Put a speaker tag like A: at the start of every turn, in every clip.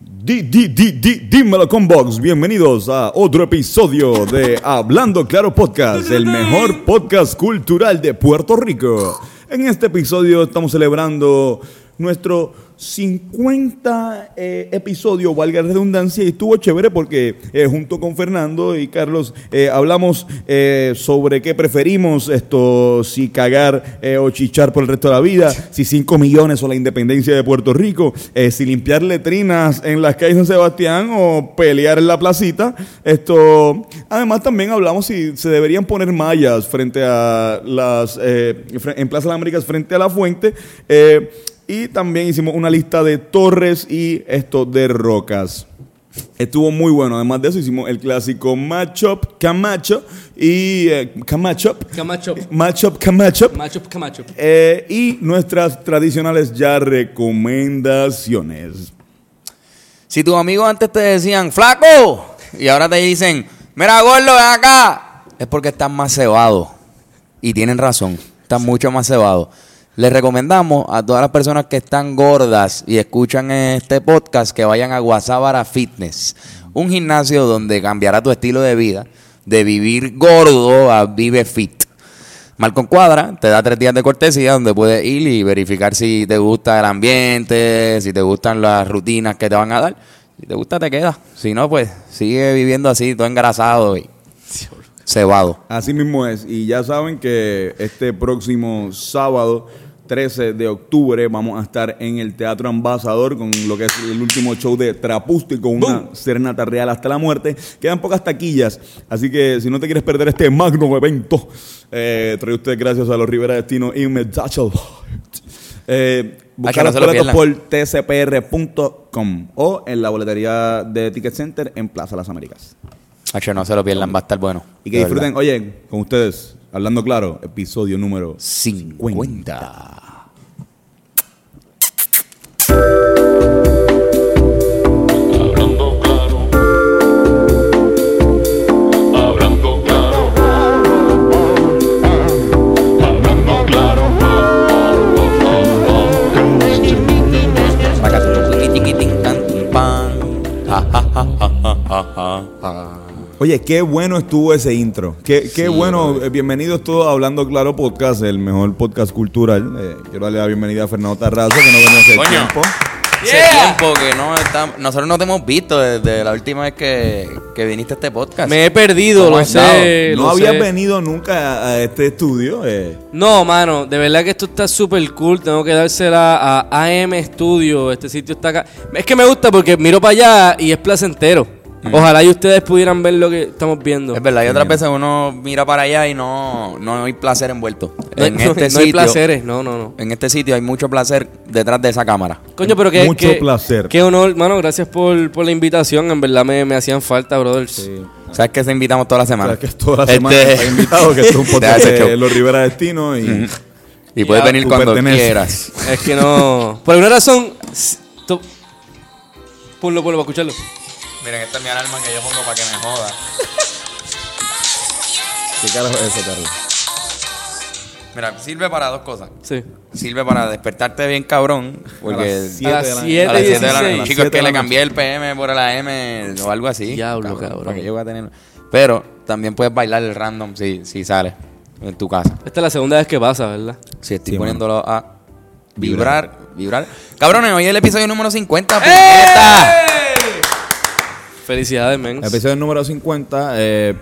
A: di, di, di, di, dímelo con Vox. Bienvenidos a otro episodio de Hablando Claro Podcast, el mejor podcast cultural de Puerto Rico. En este episodio estamos celebrando nuestro 50 eh, episodio, valga la redundancia, y estuvo chévere porque eh, junto con Fernando y Carlos eh, hablamos eh, sobre qué preferimos esto, si cagar eh, o chichar por el resto de la vida, si 5 millones o la independencia de Puerto Rico, eh, si limpiar letrinas en las calles de San Sebastián o pelear en la placita. Esto, además también hablamos si se deberían poner mallas frente a las eh, fre- en Plaza de las Américas frente a la fuente. Eh, y también hicimos una lista de torres y esto de rocas. Estuvo muy bueno. Además de eso, hicimos el clásico matchup Camacho y eh, Camacho.
B: Camacho.
A: Matchup Camacho.
B: Macho Camacho.
A: Eh, y nuestras tradicionales ya recomendaciones.
C: Si tus amigos antes te decían, flaco, y ahora te dicen, mira, gordo, ven acá, es porque están más cebados. Y tienen razón, están mucho más cebados. Les recomendamos a todas las personas que están gordas y escuchan este podcast que vayan a Guasábara Fitness, un gimnasio donde cambiará tu estilo de vida, de vivir gordo a vive fit. Malcolm Cuadra te da tres días de cortesía donde puedes ir y verificar si te gusta el ambiente, si te gustan las rutinas que te van a dar. Si te gusta, te quedas. Si no, pues sigue viviendo así, todo engrasado y cebado.
A: Así mismo es. Y ya saben que este próximo sábado, 13 de octubre, vamos a estar en el Teatro Ambasador con lo que es el último show de Trapústico, una serenata real hasta la muerte. Quedan pocas taquillas, así que si no te quieres perder este magno evento, eh, trae usted gracias a los Rivera Destino y Medachal. Eh, buscar
C: Ah, no
A: los
C: se lo
A: boletos
C: pierdan.
A: por tcpr.com o en la boletería de Ticket Center en Plaza Las Américas.
C: Hacho, no se lo pierdan, va a estar bueno.
A: Y que
C: de
A: disfruten,
C: verdad.
A: oye, con ustedes, hablando claro, episodio número
C: 50.
D: Hablando claro, hablando claro, hablando claro,
A: Oye, qué bueno estuvo ese intro. Qué, qué bueno. Eh, Bienvenidos todos a Hablando Claro Podcast, el mejor podcast cultural. Eh, quiero darle la bienvenida a Fernando Tarrazo, que no venía hace
C: Coño.
A: tiempo.
C: Hace tiempo que no estamos- nosotros no te hemos visto desde la última vez que, que viniste a este podcast.
B: Me he perdido,
C: ¿Cómo
B: lo
C: has estado?
B: sé.
A: no
B: Eh, lo
A: habías
B: sé.
A: venido nunca a, a este estudio. eh.
B: No, mano, de verdad que esto está súper cool. Tengo que dársela a AM Studio. Este sitio está acá. Es que me gusta porque miro para allá y es placentero. Ojalá y ustedes pudieran ver lo que estamos viendo.
C: Mm. Es verdad, y otras veces uno mira para allá y no, no hay placer envuelto.
B: No, hay-
C: en este
B: no hay
C: sitio-
B: placeres, no, no, no.
C: En este sitio hay mucho placer detrás de esa cámara.
B: Coño, pero que.
A: Mucho
B: que-
A: placer.
B: Qué honor, mano. Gracias por, por la invitación. En verdad me, me hacían falta, brothers.
C: ¿Sabes que se invitamos toda la
A: O
C: semana?
A: sea, eh, que es toda la
C: Este-
A: semana que está invitado, que es un podcast
C: Te hace
A: de
C: show.
A: los Rivera Destino. Y
C: Y puedes
B: Ya,
C: venir
A: tú
C: cuando
A: perteneces.
C: quieras.
B: Es que no. Por alguna razón. s- to- Ponlo, ponlo, para escucharlo.
C: Miren, esta es mi alarma que yo pongo para que me joda.
A: ¿Qué carajo es eso, Carlos?
C: Mira, sirve para dos cosas.
B: Sí.
C: Sirve para despertarte bien cabrón, porque
A: A las siete
B: A las
A: de la-
B: siete
C: a las 7 de la
B: dieciséis.
C: noche.
A: Siete
C: Chicos,
A: de
C: que
A: la
C: le
A: noche.
C: cambié el PM por la M o algo así.
B: Diablo, cabrón.
C: Para que yo voy a tener... Pero también puedes bailar el random si, si sales en tu casa.
B: Esta es la segunda vez que pasa, ¿verdad?
C: Si estoy
A: Sí,
C: poniéndolo a vibrar, vibrar. Cabrones, hoy es el episodio número 50.
A: ¡Eh!
C: puñeta.
B: Felicidades, men.
A: Episodio número 50. eh,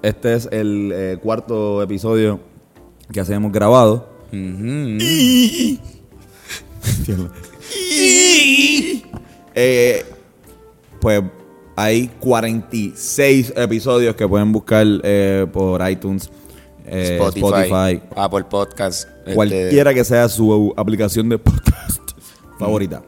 A: este es el eh, cuarto episodio que hacemos grabado.
C: Eh,
A: Entiendo. Eh, pues hay 46 episodios que pueden buscar eh, por iTunes, eh, Spotify,
C: Apple Ah, Podcast. este,
A: cualquiera que sea su aplicación de podcast favorita.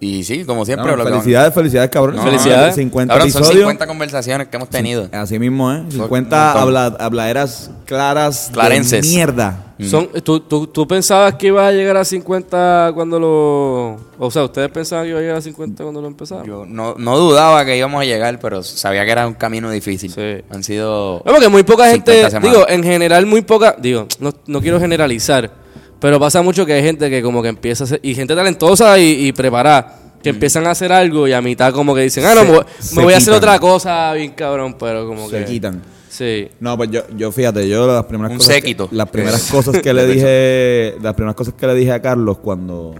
C: y sí, como siempre.
A: Cabrón,
C: lo que-
A: felicidades, felicidades, cabrón.
C: No,
B: Felicidades.
A: 50
C: Cabrón, son
A: episodios.
C: 50 conversaciones que hemos tenido.
A: Así mismo, ¿eh?
C: Son
A: 50
C: un montón.
A: habla, habladeras claras
C: Clarenses.
A: de mierda.
B: Son, ¿tú, tú, tú pensabas que iba a llegar a 50 cuando lo. O sea, ustedes pensaban que iba a llegar a 50 cuando lo empezaron?
C: Yo no, no dudaba que íbamos a llegar, pero sabía que era un camino difícil.
B: Sí.
C: Han sido.
B: No, porque muy poca
C: 50
B: gente,
C: semanas.
B: digo, en general muy poca, digo, no, no quiero generalizar, pero pasa mucho que hay gente que como que empieza a hacer, y gente talentosa y, y preparada, que empiezan a hacer algo y a mitad como que dicen, ah, no,
A: Mm. Se-
B: me voy, me
A: se
B: voy a hacer
A: quitan.
B: otra cosa bien cabrón, pero como
A: Se
B: que...
A: quitan.
B: Sí.
A: No, pues yo, yo fíjate, yo las primeras
C: Un
A: cosas.
C: séquito.
A: Que, las primeras cosas que le dije. Las primeras cosas que le dije a Carlos cuando.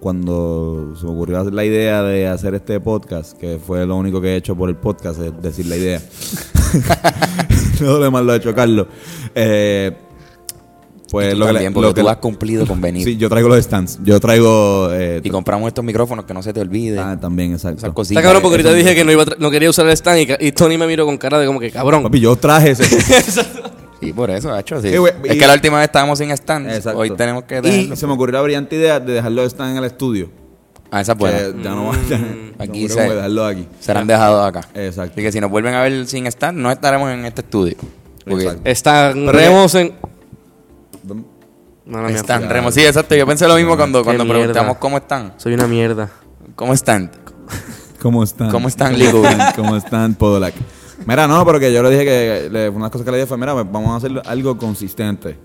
A: Cuando se me ocurrió hacer la idea de hacer este podcast, que fue lo único que he hecho por el podcast, es decir la idea. no lo demás lo ha hecho Carlos. Eh, pues lo que, le-
C: También,
A: lo
C: porque
A: que
C: tú
A: le-
C: has cumplido con venir.
A: Sí, yo traigo los stands. Yo traigo. eh,
C: Y compramos estos micrófonos que no se te olvide.
A: ah, también, exacto.
C: esas cositas.
B: Está cabrón porque ahorita dije que no, iba a tra- no quería usar el stand y, ca- y Tony me miró con cara de como que cabrón.
A: Papi, yo traje ese.
C: Y por eso, hecho así.
A: Eh, güey,
C: es
A: y-
C: que la última vez estábamos sin stand.
A: Exacto.
C: Hoy tenemos que
A: Y
C: tenerlo.
A: se me ocurrió la brillante idea de dejarlo estar en el estudio.
C: Ah, esa es buena.
A: Que ya no va ya-
C: Mm,
A: no creo
C: Aquí se-
A: como que dejarlo aquí.
C: Serán dejados acá.
A: Exacto.
C: Así que si nos vuelven a ver sin stand, no estaremos en este estudio. Porque
A: Exacto.
B: Estaremos en...
A: ¿Dónde?
B: Mala mía.
C: están remos. Sí, exacto. Yo pensé lo mismo cuando,
B: Qué
C: cuando
B: mierda.
C: preguntamos cómo están.
B: Soy una mierda.
C: ¿Cómo están?
A: ¿Cómo están?
C: ¿Cómo están,
A: ¿Cómo
C: Ligo?
A: están? ¿Cómo están, Podolac? Mira, no, pero que yo le dije que le- una de las cosas que le dije fue, mira, pues, vamos a hacer algo consistente.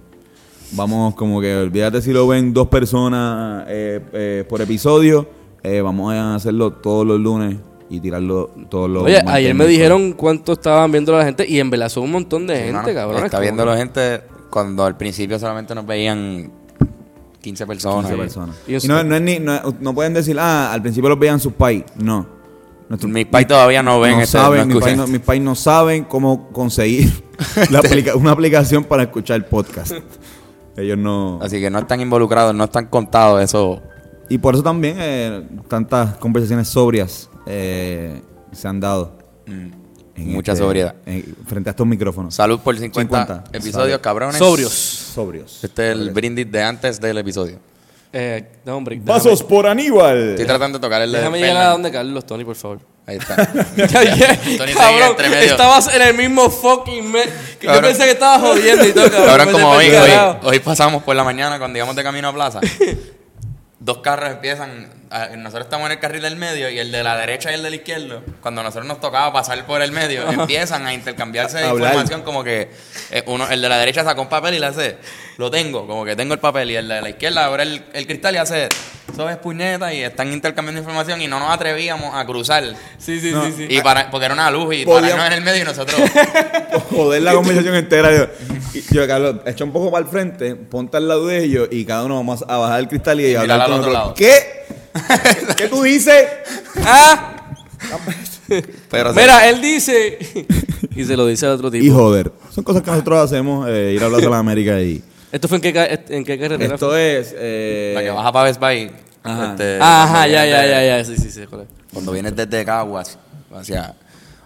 A: Vamos como que, olvídate si lo ven dos personas eh, eh, por episodio, eh, vamos a hacerlo todos los lunes y tirarlo todos los
B: Oye,
A: martes,
B: ayer me
A: miércoles.
B: dijeron cuánto estaban viendo la gente y en verdad son un montón de gente,
C: Mano,
B: cabrón.
C: Está
B: Es
C: viendo
B: como-
C: la gente cuando al principio solamente nos veían 15 personas.
A: 15 personas.
B: Y un
A: Y no, no es ni- no- no pueden decir, ah, al principio los veían sus pais. No. Nuestros-
C: Mis pais todavía no ven
A: no
C: este-
A: saben,
C: no
A: mis, pais
C: escuchan.
A: no, mis pais no saben cómo conseguir la aplica- una aplicación para escuchar el podcast. Ellos no.
C: Así que no están involucrados, no están contados eso.
A: Y por eso también eh, tantas conversaciones sobrias eh, se han dado. En
C: Mm.
A: este-
C: Mucha sobriedad.
A: en- frente a estos micrófonos.
C: Salud por 50,
A: 50.
C: episodios,
A: Salud.
C: cabrones.
B: Sobrios.
A: Sobrios.
C: Este es el brindis de antes del episodio.
B: Eh, no, hombre. déjame-
A: por Aníbal.
C: Estoy tratando de tocar el de
B: Déjame llegar a
C: Fernan.
B: donde Carlos, Tony, por favor.
C: Ahí está.
B: Ya,
C: Tony seguía
B: cabrón,
C: entre medio.
B: estabas en el mismo fucking mes. que Yo
C: Cabrón.
B: pensé que estabas jodiendo y todo, cabrón. pues,
C: Cabrón,
B: Vete
C: como
B: pa'l
C: hoy, hoy,
B: carajo.
C: hoy pasamos por la mañana cuando íbamos de camino a plaza. Dos carros empiezan. a- nosotros estamos en el carril del medio y el de la derecha y el del izquierdo. Cuando nosotros nos tocaba pasar por el medio, empiezan a intercambiarse
A: A hablar.
C: información como que eh, uno, el de la derecha sacó un papel y le hace, lo tengo, como que tengo el papel y el de la izquierda abre el, el cristal y hace, eso es puñeta y están intercambiando información y no nos atrevíamos a cruzar.
B: Sí, sí,
A: No.
B: sí, sí.
C: Y para, porque era una luz y
A: Podíamos-
C: pararnos en el medio y nosotros.
A: Joder la conversación entera. Yo, y yo, Carlos, echa un poco para el frente, ponte al lado de ellos y cada uno vamos a bajar el cristal y,
C: mirar
A: hablar
C: al
A: con
C: otro
A: otro.
C: lado.
A: ¿Qué? ¿Qué tú dices?
B: Ah,
C: Pero sí.
B: mira, él dice. Y se lo dice al otro tipo.
A: Y joder. Son cosas que nosotros hacemos, eh, ir a hablar de la América y.
B: ¿Esto fue en qué, ca- en qué carretera?
A: Esto es. eh,
C: La que baja para Best Buy.
A: Ajá.
C: este,
B: Ah,
C: cuando
B: Ajá, ya,
C: vienes
B: ya,
C: de-
B: ya, ya. Sí, sí, sí. joder.
C: Cuando vienes desde Caguas hacia,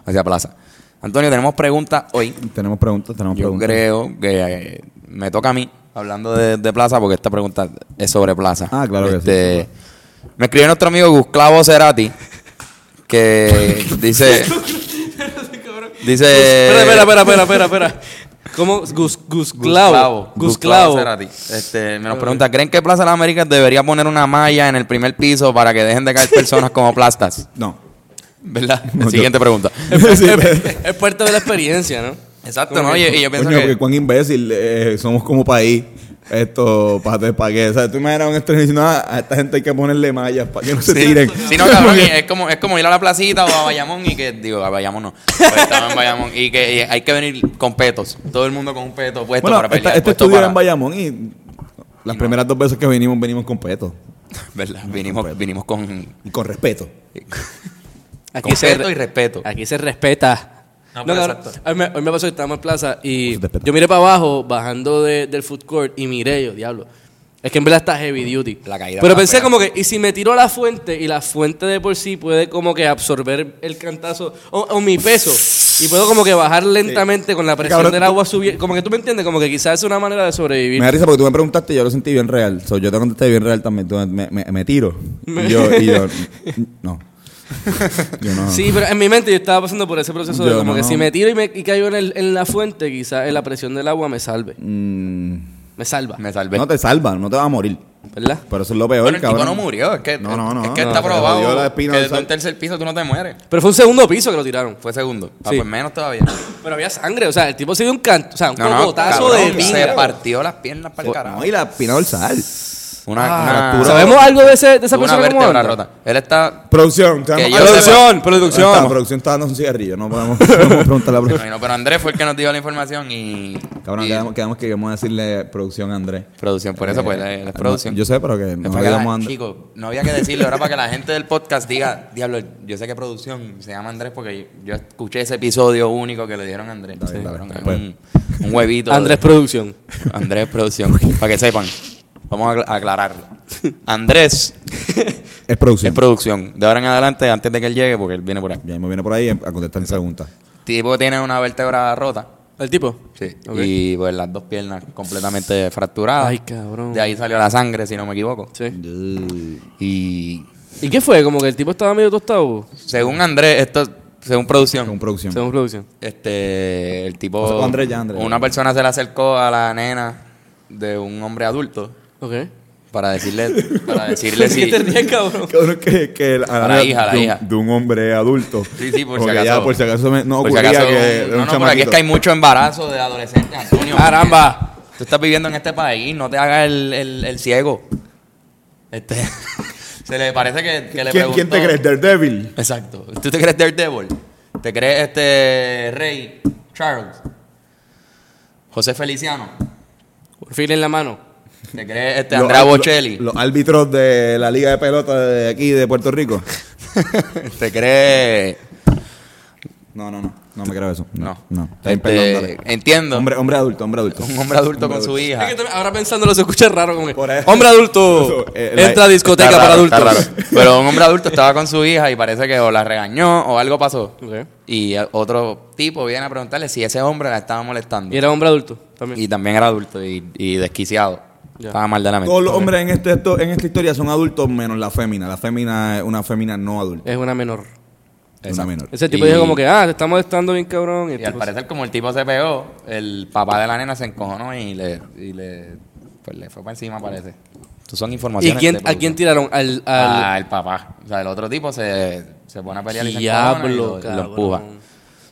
C: hacia Plaza. Antonio, tenemos preguntas hoy.
A: Tenemos preguntas, tenemos
C: Yo
A: preguntas.
C: creo que eh, me toca a mí, hablando de, de Plaza, porque esta pregunta es sobre Plaza.
A: Ah, claro que
C: que sí. Me escribió nuestro amigo Gusclavo Cerati, que dice... dice...
B: Espera, espera, espera, espera, espera, espera. ¿Cómo? Gus, Gusclavo. Gusclavo.
C: Cerati. Este, me nos pregunta, ¿creen que Plaza de las Américas debería poner una malla en el primer piso para que dejen de caer personas como plastas?
A: No.
C: ¿Verdad?
A: No, yo-
C: Siguiente pregunta.
A: Sí, pero-
B: Es parte de la experiencia, ¿no?
C: Exacto,
B: Como
C: ¿no?
B: que-
C: Y, y yo pienso
A: Coño, que
C: que...
A: cuán imbécil eh, somos como país. Esto, para pa que, o sea, tú imaginas un estreno diciendo, ah, a esta gente hay que ponerle mallas para que no se tiren.
C: Si no, cabrón, y es como, es como ir a la placita o a Bayamón y que... Digo, a Bayamón no. Pues estaba en Bayamón y que y hay que venir con petos. Todo el mundo con un peto puesto
A: bueno,
C: para
A: esta-
C: pelear.
A: este
C: puesto
A: estudio
C: para-
A: era en Bayamón y las primeras dos veces que vinimos, venimos con peto.
C: ¿Verdad? Vinimos, vinimos con...
A: Y con respeto.
C: Con respeto y respeto.
B: Aquí se respeta.
C: No,
B: No,
C: pero
B: cabrón,
C: exacto.
B: hoy, me, hoy me pasó que estábamos en plaza y
A: Se respeta.
B: yo miré para abajo, bajando de- del food court y miré yo, diablo. Es que en verdad está heavy duty.
C: La caída
B: Pero
C: más
B: pensé
C: fea.
B: como que, y si me tiro a la fuente y la fuente de por sí puede como que absorber el cantazo o, o mi peso y puedo como que bajar lentamente con la presión
A: Cabrón,
B: del
A: tú-
B: agua subir. Como que tú me entiendes, como que quizás es una manera de sobrevivir.
A: Me da risa porque tú me preguntaste y yo lo sentí bien real. So, yo te contesté bien real también. Tú, me, me- me tiro. Y yo, y yo, no. Yo no.
B: Sí, pero en mi mente yo estaba pasando por ese proceso de
A: Yo
B: como
A: no.
B: que si me tiro y, me, y caigo en, el- en la fuente, quizás en la presión del agua me salve.
A: Mm,
B: Me salva,
C: Me salvé.
A: no te salva, no te vas a morir.
B: ¿verdad?
A: Pero eso es lo peor,
C: bueno, el
A: cabrón.
C: tipo no murió. Es que,
A: No, no, no,
C: es que
A: no,
C: está
A: se jodió
C: probado
A: la
C: que
A: espina
C: desde
A: dorsal.
C: un tercer piso tú no te mueres.
B: Pero fue un segundo piso que lo tiraron.
C: Fue segundo. Ah,
B: Sí.
C: pues menos todavía.
B: Pero había sangre, o sea, el tipo se dio un canto, o sea, un
C: No, no,
B: cocotazo
C: cabrón,
B: de
C: se
B: vida.
C: partió las piernas para el
A: No,
C: carajo.
A: y la espina dorsal.
C: Una,
B: Ah,
C: una fractura.
B: ¿Sabemos algo de, ese, de esa
C: una
B: persona cómo
C: vértebra
B: anda?
C: rota. Él está.
A: Producción,
C: Que
A: tenemos-
C: yo sepa-
B: Producción,
A: Ahí está,
B: producción.
A: producción está dando un cigarrillo, no podemos, no podemos preguntarle a la
C: Me
A: producción.
C: imagino, pero Andrés fue el que nos dio la información y.
A: Cabrón,
C: y-
A: quedamos, quedamos que íbamos a decirle producción a Andrés.
C: Producción, por eso, pues, la, la
A: Eh,
C: producción.
A: no, yo sé, pero que no
C: Es para
A: le
C: que la-
A: íbamos a Andrés.
C: Chico, no había que decirlo, era para que la gente del podcast diga, diablo, yo sé que producción se llama Andrés porque yo escuché ese episodio único que le dieron a Andrés.
A: Dale,
C: Sí,
A: dale,
C: cabrón,
A: después.
C: un, un huevito. de-
B: Andrés Producción.
C: Andrés Producción, para que sepan. Vamos a acla- aclararlo. Andrés
A: Es producción.
C: es producción. De ahora en adelante, antes de que él llegue, porque él viene por aquí.
A: Ya me viene por ahí a contestar mis preguntas.
C: Tipo tiene una vértebra rota.
B: ¿El tipo?
C: Sí.
B: Ok.
C: Y pues las dos piernas completamente fracturadas.
B: Ay, cabrón.
C: De ahí salió la sangre, si no me equivoco.
B: Sí.
C: Y
B: ¿Y qué fue? Como que el tipo estaba medio tostado.
C: según Andrés, esto, según producción,
A: Con producción.
B: Según producción.
C: Este, el tipo.
A: O sea, con Andrés ya, Andrés.
C: Una persona se le acercó a la nena de un hombre adulto
B: Ok.
C: para decirle, para decirle
B: ¿Qué
C: si.
B: te ríes, cabrón?
A: Cabrón, que, que la,
C: A la hija, a la
A: de, un-
C: hija.
A: de un hombre adulto.
C: Sí, sí, por si
A: Porque
C: acaso.
A: ya, por si acaso me- no
C: Por si
A: ocurría
C: acaso,
A: que era
C: no,
A: un
C: no, por aquí es
A: chamaquito.
C: que hay mucho embarazo de adolescentes, Antonio.
B: ¡Caramba!
C: Tú estás viviendo en este país, no te hagas el, el- el ciego. Este, se le parece que, que le
A: ¿Quién, quién te
C: preguntó-
A: crees? Daredevil.
C: Exacto. ¿Tú te crees Daredevil? ¿Te crees este Rey Charles? José Feliciano.
B: Por fin en la mano.
C: ¿Te crees este
A: Los
C: Andrea
A: al-
C: Bocelli?
A: Los, los árbitros de la Liga de Pelota de aquí, de Puerto Rico.
C: ¿Te crees?
A: No, no, no. No me creo eso. No.
C: No.
A: No. Está bien,
C: Este,
A: perdón, dale.
C: entiendo.
A: Hombre, hombre adulto, hombre adulto.
C: un hombre adulto con su hija.
B: Es que ahora pensándolo se escucha raro como que,
A: Por ahí.
B: hombre adulto
A: Eso, eh, la-
B: entra a discoteca
C: Está
B: para
C: raro,
B: adultos.
C: está raro. Pero un hombre adulto estaba con su hija y parece que o la regañó o algo pasó.
B: Ok.
C: Y eh, otro tipo viene a preguntarle si ese hombre la estaba molestando.
B: Y era hombre adulto también.
C: Y también era adulto y, y desquiciado.
B: Ya.
C: Estaba mal de la mente.
A: Todos los hombres en, este, esto- en esta historia son adultos menos la fémina. La fémina es una fémina no adulta.
B: Es una menor.
A: Es una menor.
B: Ese tipo
C: Y-
B: dijo como que, ah, te está molestando bien cabrón. Y, el
C: Y al
B: tipo-
C: parecer, como el tipo se pegó, el papá de la nena se encojonó y le, y le, pues, le fue para encima, parece. Estos son
B: ¿Y
C: informaciones.
B: quién,
C: de
B: a quién
C: producción.
B: tiraron? Al, al...
C: Ah, el papá. O sea, el otro tipo se, se pone a pelear y se encojona y
B: diablo,
C: lo,
B: cabrón.
C: lo empuja.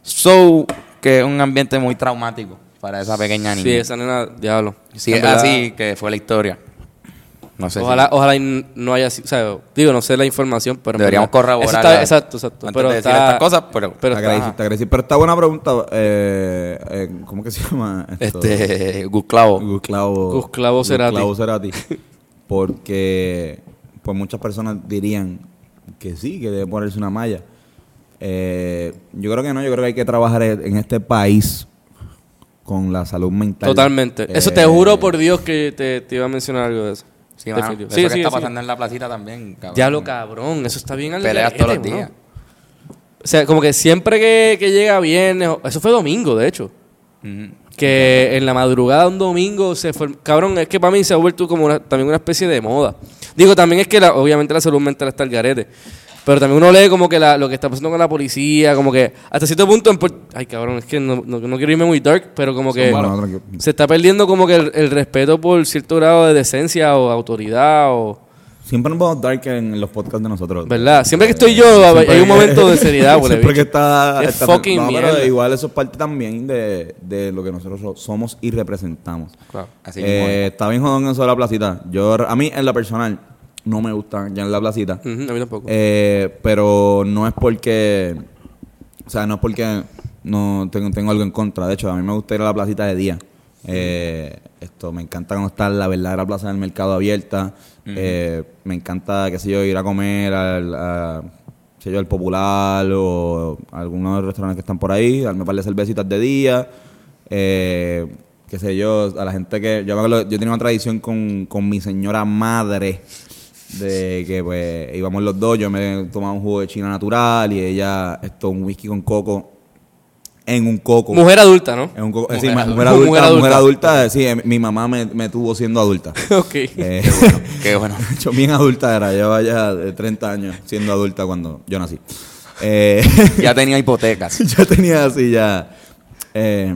C: So, que es un ambiente muy traumático para esa pequeña niña.
B: Sí, esa nena, diablo.
C: Si
B: En
C: es
B: verdad,
C: así que fue la historia. No sé si-
B: Ojalá, ojalá y n- no haya sido, o sea, digo, no sé la información, pero... en
C: Deberíamos
B: verdad-
C: corroborarla
B: Eso está- Exacto, exacto.
C: antes
B: pero
C: de decir
B: está-
C: estas cosas, pero-
B: pero
A: Está crazy,
B: está,
A: está crazy. Pero está buena pregunta. eh, eh, ¿Cómo que se llama? esto?
C: Este, Gusclavo.
A: Gusclavo.
B: Gusclavo
A: Gusclavo Cerati. Porque pues muchas personas dirían que sí, que debe ponerse una malla. Eh, yo creo que no, yo creo que hay que trabajar en este país con la salud mental.
B: totalmente. Eso te
A: Eh,
B: juro por Dios que te, te iba a mencionar algo de eso.
C: Sí, mano.
B: Definitivo.
C: Eso
B: Sigue,
C: que
B: sigue,
C: está
B: sigue.
C: pasando en la placita también, cabrón.
B: Diablo, cabrón, eso está bien al
C: Peleas
B: garete,
C: todos los
B: bro.
C: días.
B: O sea, como que siempre que, que llega viernes, o- eso fue domingo, de hecho.
C: Ujú.
B: Que en la madrugada un domingo se fue. Cabrón, es que para mí se ha vuelto como una- también una especie de moda. Digo, también es que la- obviamente la salud mental está al garete. Pero también uno lee como que la- lo que está pasando con la policía, como que hasta cierto punto. en Puer- Ay, cabrón, es que no, no- no quiero irme muy dark, pero como que
A: malos, tranquilo.
B: se está perdiendo como que el, el respeto por cierto grado de decencia o autoridad o.
A: Siempre nos vamos dark en los podcasts de nosotros.
B: ¿Verdad? Siempre que estoy yo,
A: Siempre
B: hay un
A: que-
B: momento de seriedad, güey.
A: Siempre que está.
B: Qué
A: está-
B: fucking
A: no, pero
B: mierda.
A: igual eso es parte también de, de lo que nosotros so- somos y representamos.
C: Claro, así
A: Eh,
C: mismo es.
A: está bien jodón eso de la placita. Yo, a mí, en la personal, no me gusta ya en la placita.
B: Ujú, a mí tampoco.
A: Eh, pero no es porque. O sea, no es porque no tengo, tengo algo en contra. De hecho, a mí me gusta ir a la placita de día. Eh, esto me encanta cuando está la verdadera plaza del mercado abierta. Eh, me encanta, qué sé yo, ir a comer al, a, qué sé yo, al Popular o a algunos de los restaurantes que están por ahí, darme un par de cervecitas de día. Eh, qué sé yo, a la gente que. Yo, me acuerdo- yo tenía una tradición con, con mi señora madre de que pues íbamos los dos, yo me tomaba un jugo de china natural y ella esto un whisky con coco en un coco.
B: Mujer adulta, ¿no?
A: En un coco,
C: Mujer
A: sí, ma-
C: adulta.
A: mujer, adulta,
B: Mujer
A: mujer
B: adulta.
A: adulta, sí, eh, mi mamá me, me tuvo siendo adulta.
B: ok.
A: Eh,
C: Qué bueno.
A: yo bien adulta era, llevaba ya de 30 años siendo adulta cuando yo nací. Eh,
C: Ya tenía hipotecas.
A: yo tenía así ya. eh,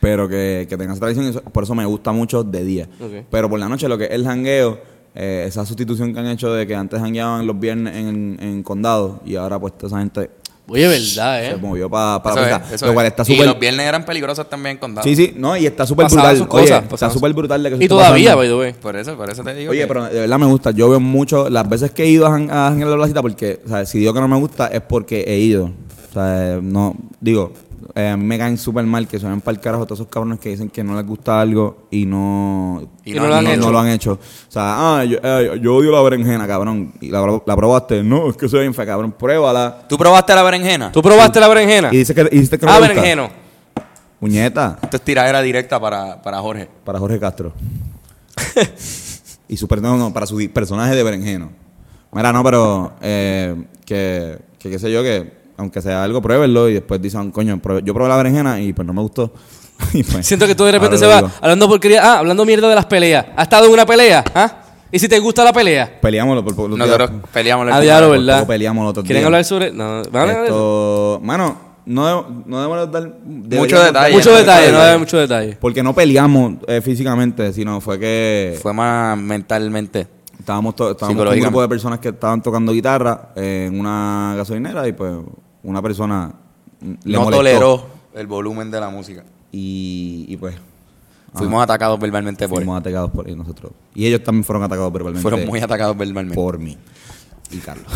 A: pero que, que tenga esa tradición, y eso- por eso me gusta mucho de día.
B: Ok.
A: Pero por la noche, lo que es el jangueo, eh, esa sustitución que han hecho de que antes jangueaban los viernes en, en condado y ahora, pues, toda esa gente
B: Oye, verdad,
A: Se
B: eh.
A: movió para para
C: Eso es,
A: pensar,
C: eso
A: Lo
C: es.
A: cual está
C: Y los
A: súper.
C: viernes eran peligrosos también con
A: Sí, sí, no, y está súper
B: Pasaban
A: brutal.
B: sus
A: Oye,
B: cosas,
A: está
B: pasaban
A: súper brutal de que eso
B: Y
A: está
B: todavía,
A: pasando.
B: by the way.
C: Por eso, por eso te digo.
A: Oye,
C: que-
A: pero de verdad me gusta. Yo veo mucho, las veces que he ido a, Han- a Ángel de la Cita, porque, o sea, si digo que no me gusta es porque he ido. O sea, eh, no, digo, eh, me caen súper mal que suenen para el carajo todos esos cabrones que dicen que no les gusta algo y no,
C: Y
B: no lo han hecho.
A: no lo han hecho. O sea, ah, yo, eh, yo odio la berenjena, cabrón. Y la, la probaste. No, es que soy bien fea, cabrón. Pruébala.
C: ¿Tú probaste la berenjena?
B: ¿Tú probaste la berenjena?
A: Y dices que, y dices que no
B: Ah,
A: le gusta.
B: berenjeno.
A: Puñeta.
C: Esto es tiradera directa para, para Jorge.
A: Para Jorge Castro. y su per- no, no, para su di- personaje de berenjeno. Mira, no, pero eh, que, que qué sé yo, que aunque sea algo, pruébenlo y después dicen, coño, probé- yo probé la berenjena y pues no me gustó. Y, pues,
B: Siento que tú de repente
A: ahora
B: se
A: lo
B: va
A: digo.
B: hablando porquería, ah, hablando mierda de las peleas. ¿Has estado en una pelea? ¿Ah? ¿Y si te gusta la pelea?
A: Peleámoslo por, por los
C: Nosotros
A: días.
C: peleamos
B: A diablo,
A: por
B: ¿verdad?
A: poco peleamos los otros
B: ¿Quieren
A: días.
B: hablar sobre.? No, ¿van a hablar de eso?
A: Esto, mano, no, deb- no debemos dar
C: Mucho
A: deberíamos
C: detalle.
A: dar-
B: Mucho
C: no,
B: detalle, no
C: no,
B: hay
C: no.
B: mucho detalle.
A: Porque no peleamos eh, físicamente, sino fue que...
C: Fue más mentalmente.
A: Estábamos, to- estábamos con un
C: Psicológicamente.
A: grupo de personas que estaban tocando guitarra eh, en una gasolinera y pues una persona mm, le
C: no
A: molestó.
C: toleró el volumen de la música.
A: Y, y pues
C: Fuimos atacados verbalmente por
A: fuimos atacados por y nosotros. Y ellos también fueron atacados
C: él.
A: verbalmente.
C: Fueron muy atacados verbalmente.
A: Por mí y Carlos.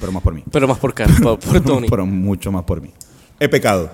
A: Pero más por mí.
B: Pero más por, Car- por, por Tony.
A: pero mucho más por mí. He pecado.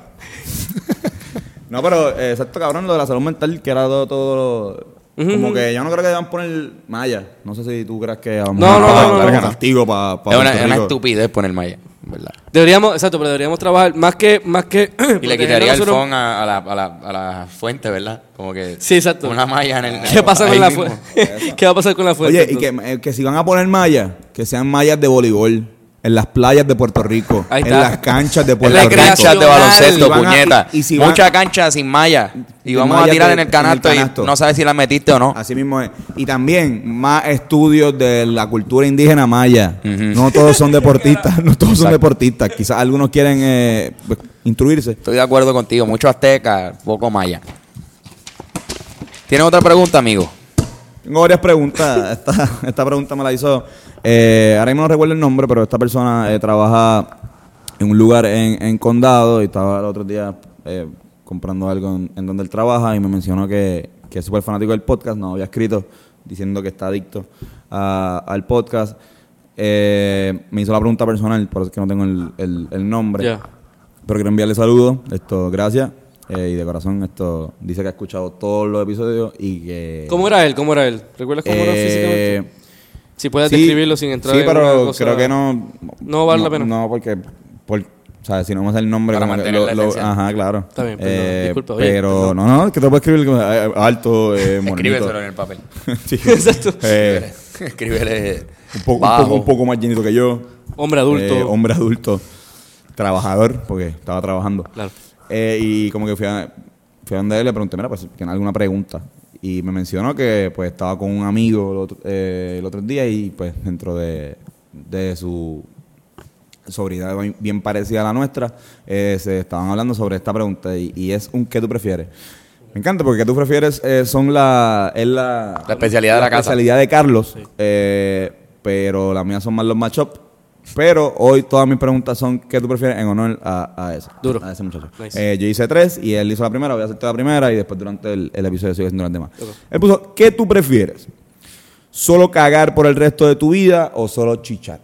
A: no, pero eh, exacto, cabrón, lo de la salud mental, que era todo... todo lo- Como que yo no creo que deban poner malla. No sé si tú crees que... vamos
B: No,
A: a-
B: no,
A: para-
B: no, no,
A: para
B: no.
A: castigo para...
C: es una, es una estupidez poner malla, ¿verdad?
B: Deberíamos, exacto, pero deberíamos trabajar más que. Más que
C: Y le quitaría el phone a, a la, a, la, a la fuente, ¿verdad? Como que.
B: Sí, exacto.
C: Una malla en el.
B: ¿Qué pasa
C: ahí
B: con la
C: mismo.
B: fuente? ¿Qué va a pasar con la
C: Pues
B: fuente?
A: Oye, y que, eh, que si van a poner mallas, que sean mallas de voleibol, en las playas de Puerto Rico,
B: Ahí
A: en
B: está.
A: las canchas de
C: En
A: Puerto
C: las
A: Rico.
C: canchas de baloncesto,
A: Y van a-
C: puñeta.
A: y- y si van-
C: Mucha cancha sin malla. Y
A: Sin
C: vamos
A: malla
C: a tirar
A: de-
C: en el
A: en el
C: canasto,
A: canasto.
C: y no sabes si la metiste o no.
A: Así mismo es. Y también más estudios de la cultura indígena maya. No todos son deportistas, no todos son deportistas. Quizás algunos quieren eh, pues, instruirse.
C: Estoy de acuerdo contigo. Mucho azteca, poco maya. ¿Tienes otra pregunta, amigo?
A: Tengo varias preguntas. Esta, esta pregunta me la hizo. eh, ahora mismo no recuerdo el nombre, pero esta persona eh, trabaja en un lugar en, en condado y estaba el otro día eh, comprando algo en, en donde él trabaja y me mencionó que, que es súper fanático del podcast. No había escrito diciendo que está adicto a- al podcast. Eh, me hizo la pregunta personal, por eso es que no tengo el, el- el nombre.
B: Ya.
A: Pero quiero enviarle saludos, esto, gracias. eh, y de corazón, esto dice que ha escuchado todos los episodios y que.
B: ¿Cómo era él? ¿Cómo era él? ¿Recuerdas cómo era físicamente?
A: Eh,
B: Si puedes
A: sí,
B: describirlo sin entrar
A: sí,
B: en
A: pero
B: una cosa-
A: creo que no.
B: no vale la pena.
A: No, porque. por- o sea, si no me sale el nombre.
C: Para
A: como que
C: mantener la esencia.
A: Ajá, claro. Eh,
B: Está bien, perdón, disculpa, oye,
A: Pero
B: perdón.
A: no, no, es que te puedo escribir como, eh, alto, eh, morenito.
C: Escríbeselo en el papel.
A: Sí.
B: Exacto.
A: Eh,
C: Escríbele.
A: un, poco, un,
C: bajo.
A: poco, un poco más llenito que yo.
B: Hombre adulto.
A: Eh, hombre adulto. Trabajador, porque estaba trabajando.
B: Claro.
A: Eh, y como que fui a, fui a donde él, le pregunté, mira, pues, ¿tiene alguna pregunta? Y me mencionó que pues estaba con un amigo el otro, eh, el otro día y pues dentro de, de su sobriedad bien- bien parecida a la nuestra, eh, se estaban hablando sobre esta pregunta y, y es un ¿qué tú prefieres? Me encanta porque ¿qué tú prefieres? eh, son la... Es la,
C: La especialidad de la casa.
A: especialidad de Carlos, eh, pero las mías son más los matchups. Pero hoy todas mis preguntas son ¿qué tú prefieres en honor a, a eso?
B: Duro.
A: A ese muchacho.
B: Nice.
A: Eh, yo hice tres y él hizo la primera, voy a hacer toda la primera y después durante el, el episodio sigue haciendo las demás. Él puso, ¿qué tú prefieres? ¿Solo cagar por el resto de tu vida o solo chichar?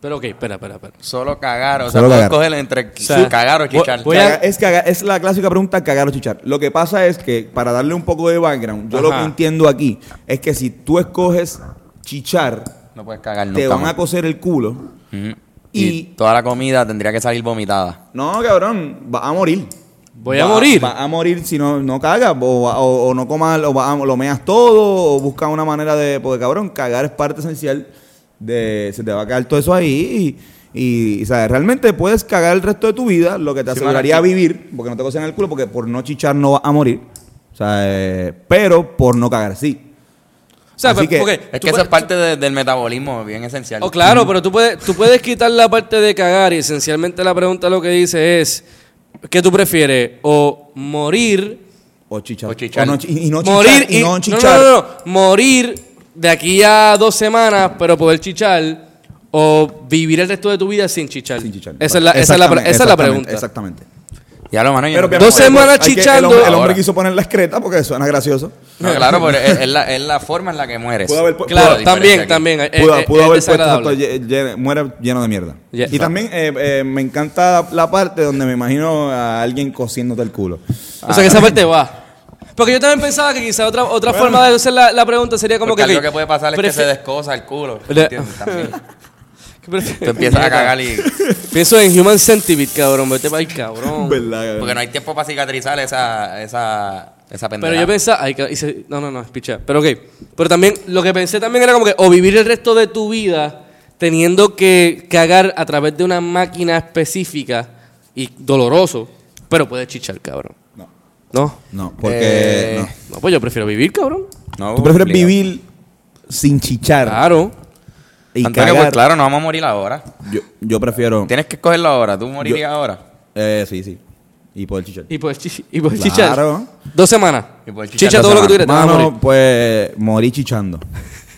B: Pero ok, espera, espera, espera.
C: Solo cagar. O sea,
A: Solo
C: puedes
A: cagar.
C: coger entre
B: sea,
C: cagar o chichar.
B: voy- voy a-
A: Caga- es, caga- es la clásica pregunta cagar o chichar. Lo que pasa es que, para darle un poco de background, yo lo
B: Ajá.
A: que entiendo aquí es que si tú escoges chichar,
C: No puedes cagar nunca.
A: te van
C: más.
A: a coser el culo.
C: Ujú.
A: y-
C: y, toda la comida tendría que salir vomitada.
A: No, cabrón, va a morir.
B: Voy a
A: Va-
B: morir.
A: Va a morir si no, no cagas, o, va- o- o no comas, o va- lo meas todo, o busca una manera de. Porque, cabrón, cagar es parte esencial de. Se te va a caer todo eso ahí. Y, y, ¿sabes? realmente puedes cagar el resto de tu vida, lo que te
C: Sí,
A: aseguraría
C: mano,
A: vivir, porque no te cosen el culo, porque por no chichar no vas a morir. O sea, eh, pero por no cagar sí.
B: O sea,
A: Así
B: pero-
A: que-
B: ok,
C: Es
B: tú
C: que eso es
B: puedes-
C: parte de- del metabolismo bien esencial.
B: Oh, claro, pero tú puedes, tú puedes quitar la parte de cagar y esencialmente la pregunta lo que dice es, ¿qué tú prefieres? ¿O morir?
A: O chichar.
C: O chichar.
A: no chi- y no chichar.
B: morir
A: y, no
B: no,
A: chichar.
B: no, no, no, morir de aquí a dos semanas, pero poder chichar. O o vivir el resto de tu vida sin chichar?
A: Sin chichar.
B: Esa es la, esa es la,
A: Exactamente,
B: pre- esa es la
A: exactamente,
B: pregunta.
A: Exactamente.
C: Ya lo, mano, yo no-
B: Dos
A: obviamente,
B: semanas
A: hay que- el
B: chichando.
A: hombre- El, hombre
B: Ahora.
A: quiso poner la excreta porque suena gracioso.
C: No, claro, pero es, es la, es la forma en la que mueres.
A: Puede haber-
B: Claro,
A: Pudo-
B: también,
C: diferencia aquí.
B: también. eh,
A: Pudo,
B: eh,
A: pudo
B: es
A: haber puesto
B: desagradable.
A: esto, lle- lle- muere lleno de mierda.
B: Ya.
A: Y también eh, eh, me encanta la parte donde me imagino a alguien cosiéndote el culo.
B: O
C: Ah,
B: sea, que esa parte va. Porque yo también pensaba que quizá otra, otra forma de hacer la, la pregunta sería como
C: Porque
B: que...
C: lo que puede pasar es que
B: prefi-
C: se descosa el culo.
B: Le-
C: ¿entiendes? También.
B: ¿Qué prefi-
C: Tú empiezas a cagar y...
B: Pienso en Human Centipede, cabrón. Vete para el cabrón.
A: ¿Verdad?
C: Porque no hay tiempo para cicatrizar esa, esa, esa pendeja.
B: Pero yo pensaba... ay, ca- hice- no, no, no, es picha. Pero ok. Pero también, lo que pensé también era como que... O vivir el resto de tu vida teniendo que cagar a través de una máquina específica y doloroso. Pero puedes chichar, cabrón.
A: No.
B: No.
A: No, porque.
C: Eh,
A: no.
B: No, pues yo prefiero vivir, cabrón.
C: No,
A: Tú prefieres
C: obligado. Ah,
A: vivir sin chichar
B: Claro.
A: y
C: Antonio,
A: cagar.
C: pues claro, no vamos a morir ahora.
A: yo, yo prefiero.
C: Tienes que escogerlo ahora. Tú morirías ahora.
A: Eh, sí, sí. Y poder chichar.
B: Y puedes, chi- y puedes
A: Claro.
B: chichar. Dos semanas.
C: Y puedes chichar
B: Chicha
C: dos
B: todo lo que tú
C: semanas.
B: quieras. te vas a morir.
A: Mano, pues morí chichando.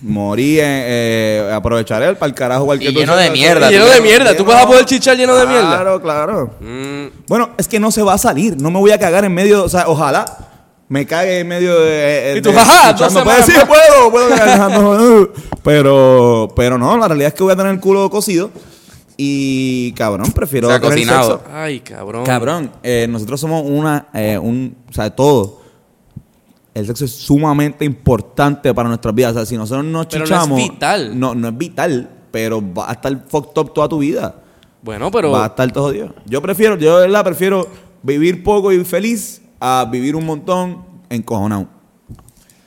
A: Morí en. Eh, aprovecharé el pal carajo cualquier
C: Y lleno de mierda,
B: Y lleno de mierda. Tú vas a poder chichar lleno de mierda.
A: Claro, claro.
B: Mm,
A: Bueno, es que no se va a salir. No me voy a cagar en medio. O sea, ojalá me cague en medio de. eh,
B: Y
A: de-
B: tú,
A: de-
B: ajá,
A: escuchando.
B: dos semanas
A: Pues sí,
B: más.
A: puedo, puedo cagar. No, pero, pero no, la realidad es que voy a tener el culo cocido. Y cabrón, prefiero.
C: O sea,
A: tener
C: cocinado.
A: sexo.
B: Ay, cabrón.
A: Cabrón, eh, nosotros somos una. eh, un, o sea, todo. El sexo es sumamente importante para nuestras vidas. O sea, si nosotros no
B: Pero no es
A: chichamos.
B: vital.
A: No, no es vital, pero va a estar fucked up toda tu vida.
B: Bueno, pero.
A: Va a estar todo jodido. Yo prefiero, yo de verdad prefiero vivir poco y feliz a vivir un montón encojonado.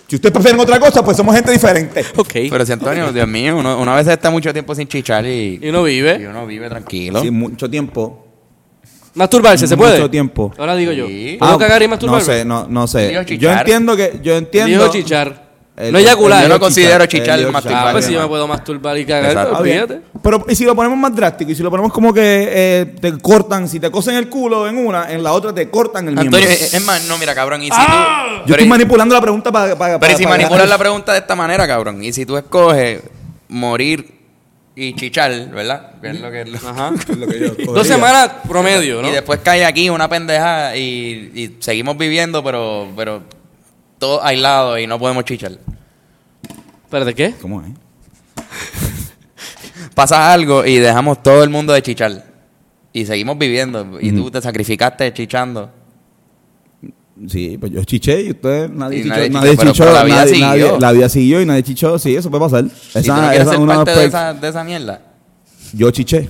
A: Si ustedes prefieren otra cosa, pues somos gente diferente.
B: Ok.
C: Pero si Antonio, Dios mío, uno, uno a veces está mucho tiempo sin chichar y,
B: y uno
C: y
B: vive.
C: uno vive tranquilo.
A: Sí, mucho tiempo.
B: Masturbarse, ¿se puede?
A: Mucho tiempo.
B: Ahora digo yo.
C: Sí.
B: ¿Puedo cagar y
A: Ah, no
B: masturbarme?
A: sé, no, no
C: Dijo
A: sé. Yo
C: chichar.
A: entiendo que, yo entiendo.
B: Dijo chichar.
A: El-
B: no eyacular.
C: yo no
A: el-
C: considero
A: el-
C: chichar
A: el-
C: el
B: Ah,
C: masturbar.
B: pues si yo me puedo masturbar y cagar,
C: Exacto.
B: pues,
A: Ah, bien.
B: olvídate.
A: Pero, ¿y si lo ponemos más drástico? ¿Y si lo ponemos como que eh, te cortan? Si te cosen el culo en una, en la otra te cortan el miembro.
C: Antonio, eh, es, es más, no, mira, cabrón, y si tú...
A: Yo
C: pero
A: estoy
C: y-
A: manipulando la pregunta para...
C: pero y si manipulas la pregunta de esta manera, cabrón, y si tú escoges morir y chichar, ¿verdad? Que es lo que...
B: Ajá.
A: pregunta...
B: Dos semanas promedio, ¿no?
C: Y después cae aquí una pendeja y, y seguimos viviendo, pero, pero todos aislados y no podemos chichar.
B: Espérate, ¿qué?
A: ¿Cómo es?
C: Pasa algo y dejamos todo el mundo de chichar. Y seguimos viviendo. Y tú te sacrificaste chichando.
A: Sí, pues yo chiché y usted nadie
C: Y
A: chichó,
C: nadie
A: nadie,
C: chichó, pero-
A: chichó,
C: pero la
A: nadie,
C: vida
A: nadie-
C: siguió.
A: la, vida siguió y nadie chichó, sí, eso puede pasar.
C: y tú no
A: Esa,
C: quieres
A: esa es
C: ser
A: una
C: parte de
A: perks.
C: esa, de esa mierda.
A: Yo chiché.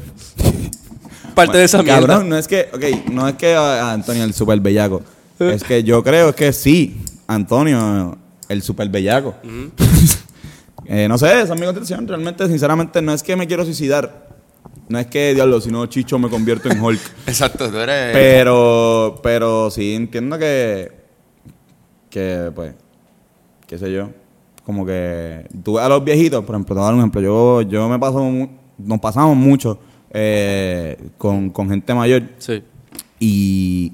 B: Parte de esa mierda.
A: Cabrón, no es que, ok, no es que ah, Antonio el super bellaco.
B: Eh.
A: es que yo creo que sí, Antonio el super bellaco. Eh, no sé, esa es mi concepción. Realmente, sinceramente, no es que me quiero suicidar. No es que, diablo, si no chicho me convierto en Hulk.
C: Exacto, tú eres.
A: pero, pero sí entiendo que, que, pues, qué sé yo. Como que tú ves a los viejitos, por ejemplo, te voy a dar un ejemplo. Yo, yo me paso, mu- nos pasamos mucho eh, con, con gente mayor.
B: Sí.
A: Y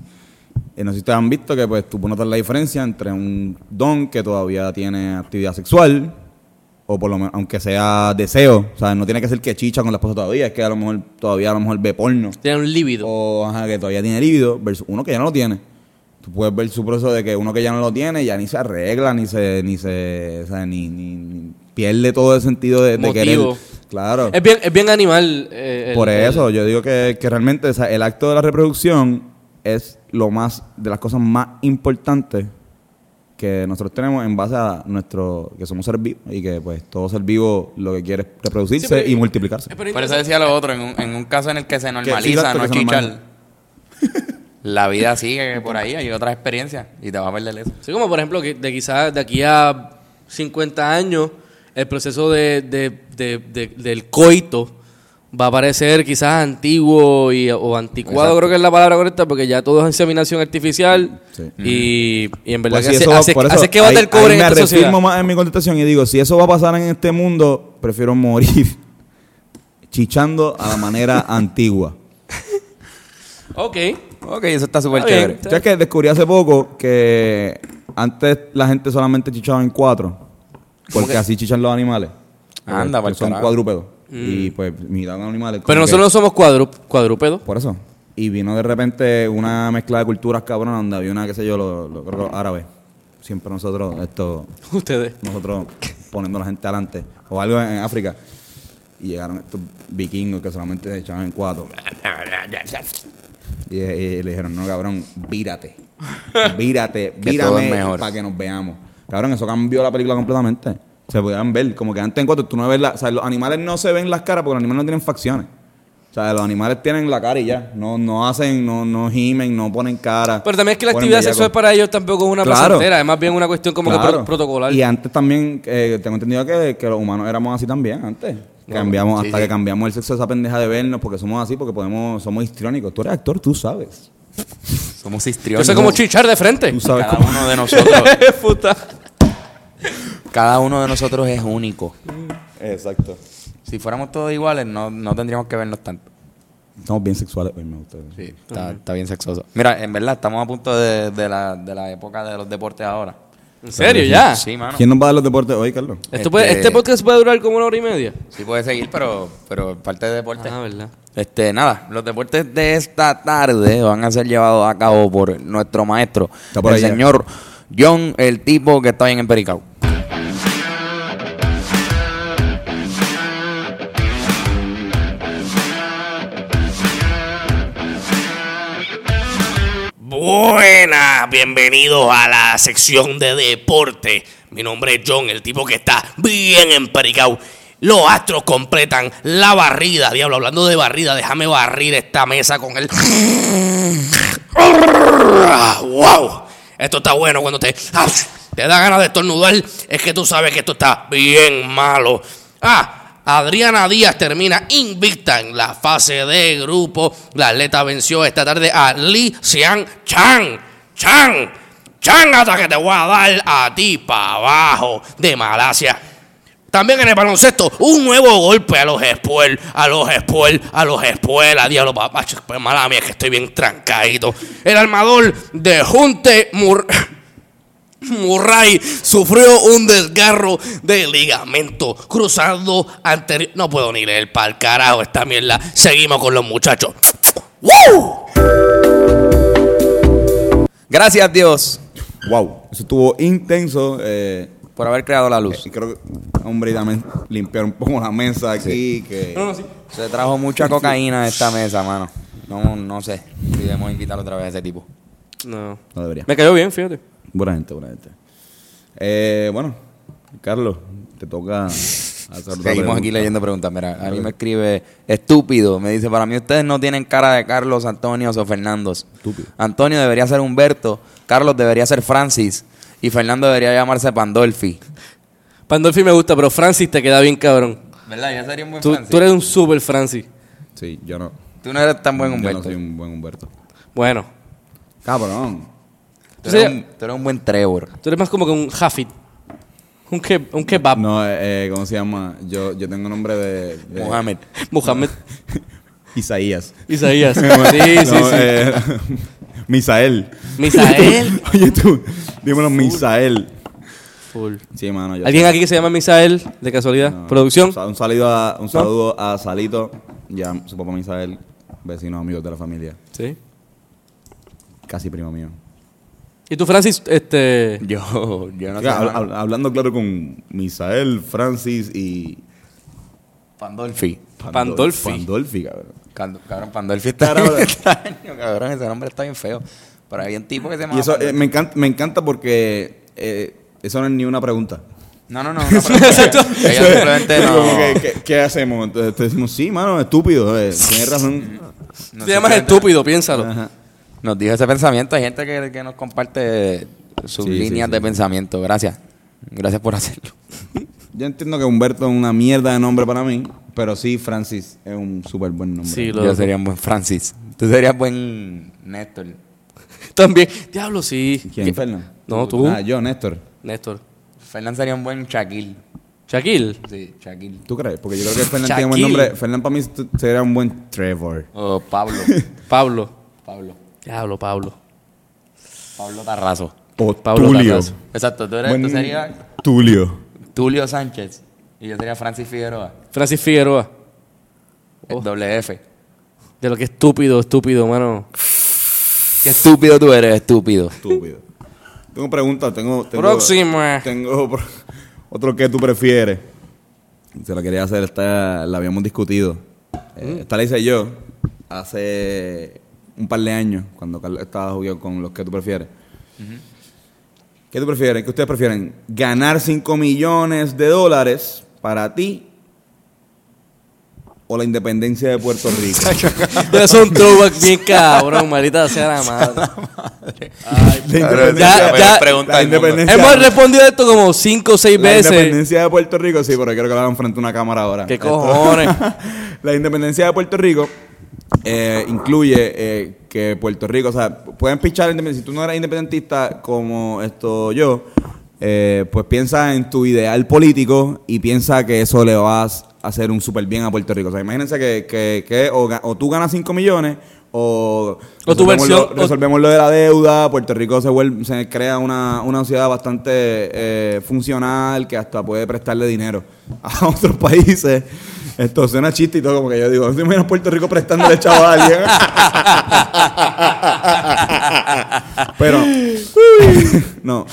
A: eh, no sé si ustedes han visto que pues tú notas la diferencia entre un don que todavía tiene actividad sexual, o por lo menos, aunque sea deseo, o sea, no tiene que ser que chicha con la esposa todavía, es que a lo mejor todavía a lo mejor ve porno,
B: Tiene un líbido.
A: o ajá, que todavía tiene líbido, versus uno que ya no lo tiene. Tú puedes ver su proceso de que uno que ya no lo tiene ya ni se arregla, ni se, ni se, o sea, ni, ni- ni pierde todo el sentido de, de querer.
B: Motivo.
A: Claro.
B: Es bien, es bien animal. eh, el-
A: Por
B: el-
A: eso, yo digo que, que realmente o sea, el acto de la reproducción es lo más, de las cosas más importantes que nosotros tenemos en base a nuestro, que somos seres vivos y que pues todo ser vivo lo que quiere es
B: Sí,
A: reproducirse
B: pero-
A: y multiplicarse.
B: Eh, pero
C: Por eso decía lo otro, en un, en un caso en el que se normaliza
A: exacto,
C: no
A: que se
C: chichar,
A: normaliza.
C: la vida sigue por ahí, hay otras experiencias y te vas a perder eso.
B: Sí, como por ejemplo, que de quizás de aquí a 50 años, el proceso de, de- de- de- del coito va a parecer quizás antiguo y, o anticuado,
C: Exacto.
B: creo que es la palabra correcta, porque ya todo es inseminación artificial
A: Sí.
B: y, y en verdad
A: Pues
B: que
A: si
B: así,
A: eso va-
B: así-
A: por eso,
B: así es que va a
A: ahí-
B: estar el cobre
A: ahí
B: en
A: me
B: esta sociedad.
A: reafirmo más en mi contestación y digo, si eso va a pasar en este mundo, prefiero morir chichando a la manera antigua.
B: Ok.
C: Ok, eso está súper
B: Está bien.
C: chévere.
A: Ya que descubrí hace poco que antes la gente solamente chichaba en cuatro, porque así chichan los animales.
C: Anda,
A: Porque
C: pa'l
A: son
C: carajo.
A: cuadrúpedos. Y pues imitaban a animales. como
B: Mm. Pero nosotros no
A: que-
B: somos cuadru- cuadrúpedos.
A: Por eso. Y vino de repente una mezcla de culturas cabrón donde había una, qué sé yo, los lo, creo que los árabes. Siempre nosotros, esto,
B: Ustedes.
A: nosotros poniendo a la gente adelante. O algo en, en África. Y llegaron estos vikingos que solamente se echaban en cuatro. Y, y le dijeron, no, cabrón, vírate. Vírate,
C: Que todo es
A: vírame
C: mejor.
A: para que nos veamos. Cabrón, eso cambió la película completamente. Se podían ver, como que antes en cuatro, tú no ves la, o sea, los animales no se ven las caras porque los animales no tienen facciones. O sea, los animales tienen la cara y ya. No, no hacen, no, no gimen, no ponen cara.
B: Pero también es que la
A: Ponen
B: actividad
A: bellacos.
B: sexual para ellos tampoco es una
A: Claro.
B: placentera, es más bien una cuestión como que
A: Claro.
B: pro- protocolar.
A: Y antes también, eh, tengo entendido que, que los humanos éramos así también antes. Cambiamos, hasta que cambiamos el sexo de esa pendeja de vernos porque somos así, porque podemos, somos histriónicos. Tú eres actor, tú sabes.
C: Somos
B: Yo
C: histriónicos.
B: sé como chichar de frente.
A: Tú sabes
C: Cada
A: cómo-
C: uno de nosotros,
B: Puta.
C: cada uno de nosotros es único.
A: Exacto.
C: Si fuéramos todos iguales, no, no tendríamos que vernos tanto.
A: Estamos bien sexuales hoy, me gusta.
C: Sí, está, está bien sexoso. Mira, en verdad, estamos a punto de, de la, de la época de los deportes ahora.
B: ¿En serio ya?
C: Sí, mano.
A: Ah. ¿Quién nos va a dar los deportes hoy, Carlos?
B: Esto puede-
C: Este-
B: este podcast puede durar como una hora y media.
C: Sí puede seguir, pero, pero parte de deportes.
B: Ah, verdad.
C: Este, nada, los deportes de esta tarde van a ser llevados a cabo por nuestro maestro,
A: Está por
C: el
A: allá.
C: señor John, el tipo que está bien en Pericao.
E: Buenas, bienvenidos a la sección de deporte. Mi nombre es John, el tipo que está bien empericado. Los astros completan la barrida. Diablo, hablando de barrida, déjame barrir esta mesa con el. ¡Wow! Esto está bueno cuando te. ah, Te da ganas de estornudar. Es que tú sabes que esto está bien malo. Ah. Adriana Díaz termina invicta en la fase de grupo. La atleta venció esta tarde a Li Xian Chan. Chan. Chan hasta que te voy a dar a ti para abajo de Malasia. También en el baloncesto, un nuevo golpe a los Spurs, a los Spurs, a los Spurs, a diablo papá, ch- pues, mala mía, que estoy bien trancadito. El armador de Junte Mur- Murray sufrió un desgarro de ligamento cruzando anterior. No puedo ni leer para el carajo esta mierda. Seguimos con los muchachos. ¡Wow!
C: Gracias, Dios,
A: Wow, eso estuvo intenso. Eh,
C: por haber creado la luz.
A: y creo que, hombre, y también limpiar un poco la mesa aquí. Que,
C: Se trajo mucha cocaína a esta mesa, mano. No, no sé si debemos invitar otra vez a ese tipo.
B: No.
A: No debería.
B: Me cayó bien, fíjate.
A: Buena gente, buena gente. Eh, bueno, Carlos, te toca hacer otra
C: Seguimos aquí
A: pregunta.
C: leyendo preguntas. Mira, a mí me escribe estúpido. Me dice, para mí ustedes no tienen cara de Carlos, Antonio o Fernandos.
A: Estúpido.
C: Antonio debería ser Humberto, Carlos debería ser Francis y Fernando debería llamarse Pandolfi.
B: Pandolfi me gusta, pero Francis te queda bien cabrón.
C: ¿Verdad? Ya sería un buen
B: Tú,
C: Francis.
B: tú eres un super Francis.
A: Sí, yo no.
C: Tú no eres tan buen
A: Yo no
C: Humberto.
A: soy un buen Humberto.
B: Bueno.
A: Cabrón.
C: tú, eres
B: Sí.
C: un, tú eres un buen Trevor.
B: Tú eres más como que un Jafit. Un, ke- un kebab.
A: No, eh, eh, ¿cómo se llama? Yo, yo tengo nombre de. de-
C: Mohamed.
B: Mohamed
A: Isaías.
B: Isaías. Sí, sí,
A: No,
B: sí.
A: eh, Misael.
B: Misael.
A: Oye tú, dímelo, Misael.
B: Full.
A: Sí, mano. yo-
B: ¿Alguien aquí que se llama Misael, de casualidad?
A: no.
B: ¿Producción?
A: Sa- Un saludo a, un saludo a Salito, ya su papá Misael, vecino, amigo de la familia,
B: Sí.
A: casi primo mío.
B: ¿Y tú, Francis? Este...
C: Yo, yo no sé.
A: Oiga, hab-
C: mano.
A: hab- hablando claro con Misael, Francis y.
C: Pandolfi.
B: Pandolfi.
A: Pandolfi, cabrón.
C: Cand- Cabrón, Pandolfi está
A: Cabrón.
C: bien extraño, cabrón. Ese nombre está bien feo. Pero hay un tipo que se llama.
A: Y eso eh,
C: Pandolfi.
A: me, encanta, me encanta porque eh, eso no es ni una pregunta.
C: No, no, no. no Exacto. Ella simplemente no.
A: Como que, ¿qué, qué hacemos? Entonces te decimos, sí, mano, estúpido, eh, tienes razón.
C: no
B: te llamas
C: simplemente-
B: estúpido, piénsalo.
A: Ajá.
C: Nos dijo ese pensamiento. Hay gente que, que nos comparte sus
A: Sí, sí,
C: líneas
A: sí.
C: de pensamiento. Gracias. Gracias por hacerlo.
A: Yo entiendo que Humberto es una mierda de nombre para mí, pero sí, Francis es un súper buen nombre.
B: Sí, lo
C: Yo sería un buen Francis. Tú serías buen Néstor.
B: También. Diablo, sí.
A: ¿Quién,
B: ¿Qué?
A: Fernan?
B: No, tú.
A: Ah, yo, Néstor.
B: Néstor.
C: Fernán sería un buen Shaquille.
B: Shaquille.
C: Sí, Shaquille.
A: ¿Tú crees? Porque yo creo que Fernan tiene buen
B: Shaquille.
A: nombre. Fernan para mí t- sería un buen Trevor.
C: O Oh, Pablo.
B: Pablo.
C: Pablo.
B: Diablo, Pablo.
C: Pablo Tarrazo.
A: O
B: Pablo
A: Tulio.
B: Tarrazo.
C: Exacto. Tú, eres,
A: Buen
C: tú serías
A: Tulio.
C: Tulio Sánchez. Y yo sería Francis Figueroa.
B: Francis Figueroa.
C: El doble F.
B: De lo que estúpido, estúpido, mano.
C: Qué estúpido tú eres, estúpido.
A: Estúpido. Tengo preguntas, tengo, tengo. eh.
B: Próxima.
A: Tengo pro- otro que tú prefieres. Se la quería hacer, esta la habíamos discutido. Eh,
B: Mm.
A: Esta la hice yo hace un par de años, cuando Carlos estaba jugando con los que tú prefieres. ¿Qué tú prefieres? ¿Qué ustedes prefieren? ¿Ganar 5 millones de dólares para ti o la independencia de Puerto Rico?
B: Pero es un throwback bien cabrón, maldita sea la madre.
A: La
B: Ya,
A: independencia-
B: ya.
C: pregunta
A: la
C: del mundo.
A: independencia-
B: Hemos respondido esto como cinco o seis
A: La
B: veces.
A: independencia de Puerto Rico, sí, pero quiero que lo hagan frente a una cámara ahora.
B: ¿Qué
A: Esto-
B: cojones?
A: la independencia de Puerto Rico eh, incluye eh, que Puerto Rico, o sea, pueden pichar independiente. Si tú no eres independentista como esto yo, eh, pues piensa en tu ideal político y piensa que eso le vas a hacer un súper bien a Puerto Rico. O sea, imagínense que, que- que o, ga- o tú ganas 5 millones o
B: O tu
A: resolvemos
B: versión-
A: lo-
B: o-
A: resolvemos lo de la deuda, Puerto Rico se vuelve, se crea una, una sociedad bastante eh, funcional que hasta puede prestarle dinero a otros países. Esto suena chiste y todo, como que yo digo, ¿te imaginas Puerto Rico prestándole chavo a alguien? Pero, no,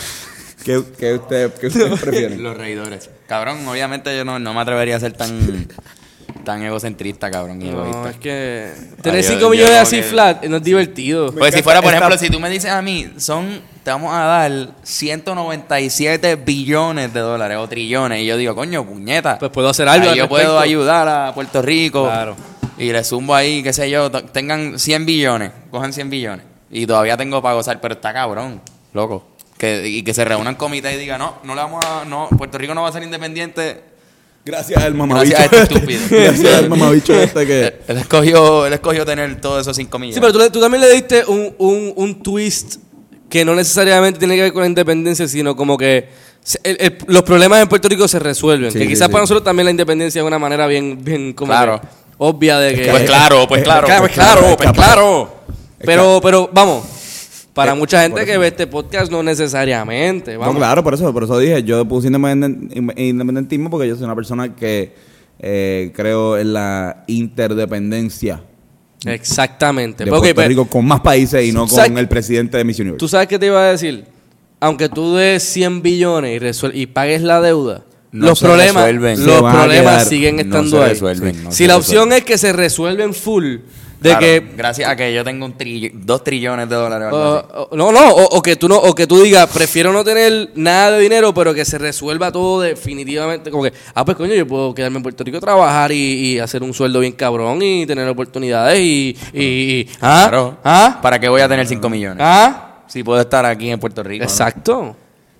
A: ¿qué, qué usted- qué ustedes prefieren?
C: Los reidores. Cabrón, obviamente yo no, no me atrevería a ser tan, tan egocentrista, cabrón, y
B: No,
C: egoísta.
B: es que tener
C: yo-
B: 5
C: yo
B: millones
C: como
B: así
C: que-
B: flat eh, no es divertido.
C: Porque si fuera, por
A: Esta-
C: ejemplo, si tú me dices a mí, son, te vamos a dar 197 billones de dólares o trillones, y yo digo, coño, puñeta.
B: Pues puedo hacer algo
C: ahí
B: al
C: yo
B: respecto.
C: puedo ayudar a Puerto Rico.
B: Claro.
C: Y le zumbo ahí, qué sé yo, to- tengan 100 billones, cojan 100 billones. Y todavía tengo para gozar, pero está cabrón, loco. Que, y que se reúnan comités y digan, no, no le vamos a, no, Puerto Rico no va a ser independiente.
A: Gracias al mamabicho.
C: Gracias a este
A: este.
C: estúpido.
A: Gracias al mamabicho este
C: Él,
A: que...
C: él escogió, él escogió tener todos esos 5 millones.
B: Sí, pero tú, le- tú también le diste un, un, un twist que no necesariamente tiene que ver con la independencia, sino como que se- el- el- los problemas en Puerto Rico se resuelven.
A: Sí,
B: que
A: sí,
B: quizás
A: sí.
B: para nosotros también la independencia es una manera bien, bien como
C: Claro.
B: que obvia de que...
C: Pues claro, pues claro,
B: eh, Claro,
C: pues claro, pues claro. Eh,
B: Pero, pero vamos, para mucha gente que ve este podcast no necesariamente. Vamos.
A: No, claro, por eso, por eso dije, yo puse independen- independentismo porque yo soy una persona que eh, creo en la interdependencia
B: Exactamente.
A: de
B: Ok,
A: Puerto
B: pues,
A: Rico con más países y no
B: Exacto.
A: con el presidente de Miss Universe.
B: ¿Tú sabes qué te iba a decir? Aunque tú des 100 billones y, resuel- y pagues la deuda,
C: No
B: los
C: se
B: problemas,
C: resuelven.
B: los
A: Se van a
B: problemas
A: quedar-
B: siguen
C: no
B: estando
C: se
B: ahí.
C: resuelven, no
B: si
C: se
B: la
C: resuelven.
B: opción es que se resuelven full, de
C: Claro,
B: que Pues,
C: gracias a que yo tengo un tri- dos trillones de dólares. o algo así.
B: o- o- no, no, o, o que tú no, o que tú digas, prefiero no tener nada de dinero, pero que se resuelva todo definitivamente. Como que, ah, pues coño, yo puedo quedarme en Puerto Rico, trabajar y, y hacer un sueldo bien cabrón y tener oportunidades y. y, y- ¿ah?
C: Claro.
B: ¿Ah?
C: ¿Para qué voy a tener 5 millones?
B: ¿Ah?
C: Si puedo estar aquí en Puerto Rico. ¿no?
B: Exacto.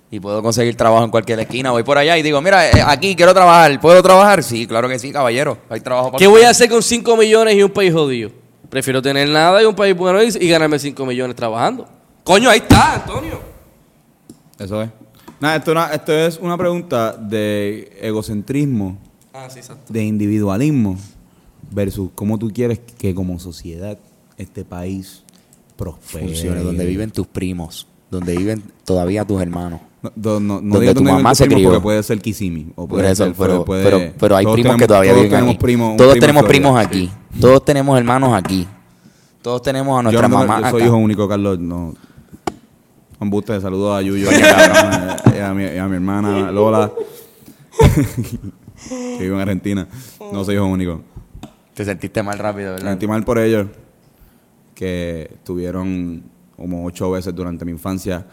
C: Y puedo conseguir trabajo en cualquier esquina. Voy por allá y digo, mira, eh, aquí quiero trabajar. ¿Puedo trabajar? Sí, claro que sí, caballero. Hay trabajo para
B: ¿Qué voy a hacer con 5 millones y un país jodido? Prefiero tener nada y un país bueno y, y ganarme 5 millones trabajando. Coño, ahí está, Antonio.
A: Eso es. Nada, esto, na- esto es una pregunta de egocentrismo,
B: Ah, sí, exacto.
A: de individualismo, versus cómo tú quieres que como sociedad este país prospere.
C: Funcione, donde viven tus primos, donde viven todavía tus hermanos.
A: No, do- no- no
C: Donde
A: digas
C: tu
A: viven
C: mamá
A: tus
C: se
A: primos,
C: crió.
A: Porque puede ser Kissimmee. o
C: Por
A: puede
C: eso,
A: ser-
C: pero,
A: puede-
C: pero, pero hay
A: todos
C: primos que
A: tenemos-
C: todavía
A: todos
C: viven
A: tenemos
C: aquí.
A: primos- un
C: todos
A: primo en
C: tenemos
A: Florida.
C: primos aquí. Todos tenemos hermanos aquí. Todos tenemos a
A: Yo,
C: nuestra
A: no tengo-
C: mamá
A: yo soy
C: acá.
A: hijo único, Carlos. No. Un buste de saludos a Yuyo, y a, eh, y a mi, y a mi hermana Lola, que vive en Argentina. No soy hijo único.
C: Te sentiste mal rápido,
A: Me
C: ¿verdad?
A: sentí mal por ellos, que tuvieron como ocho veces durante mi infancia,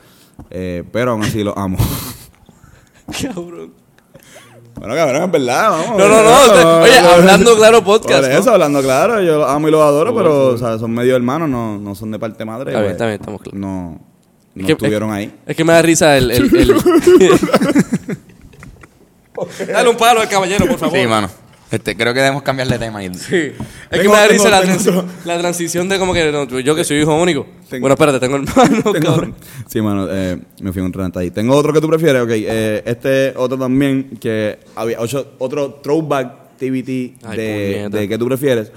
A: eh, pero aún así los amo.
B: Cabrón.
A: Bueno, cabrón, es verdad, vamos.
B: No, no, no, usted- oye, Hablando Claro podcast,
A: Por
B: ¿no?
A: eso, hablando claro, yo los amo y los adoro, pero o sea, son medio hermanos, no, no son de parte madre.
B: Está bien,
A: pues,
B: está bien, estamos claros.
A: No, no
B: Es que-
A: estuvieron
B: es-
A: ahí.
B: Es que me da risa el. el- el- Dale un palo al caballero, por favor.
C: Sí, mano. Este, creo que debemos cambiarle tema. Y...
B: Sí. Es que
A: Tengo
B: me da
A: otro,
B: risa la,
A: tengo
B: transi-
A: otro.
B: la transición de como que no, yo que soy hijo único.
A: Tengo-
B: Bueno, espérate, tengo hermano,
A: Tengo-
B: cabrón.
A: sí, mano, eh, me fui un rant ahí. Tengo otro que tú prefieres, ok. eh, este otro también, que había ocho- otro throwback activity
B: Ay,
A: de,
B: puñeta.
A: de que tú prefieres.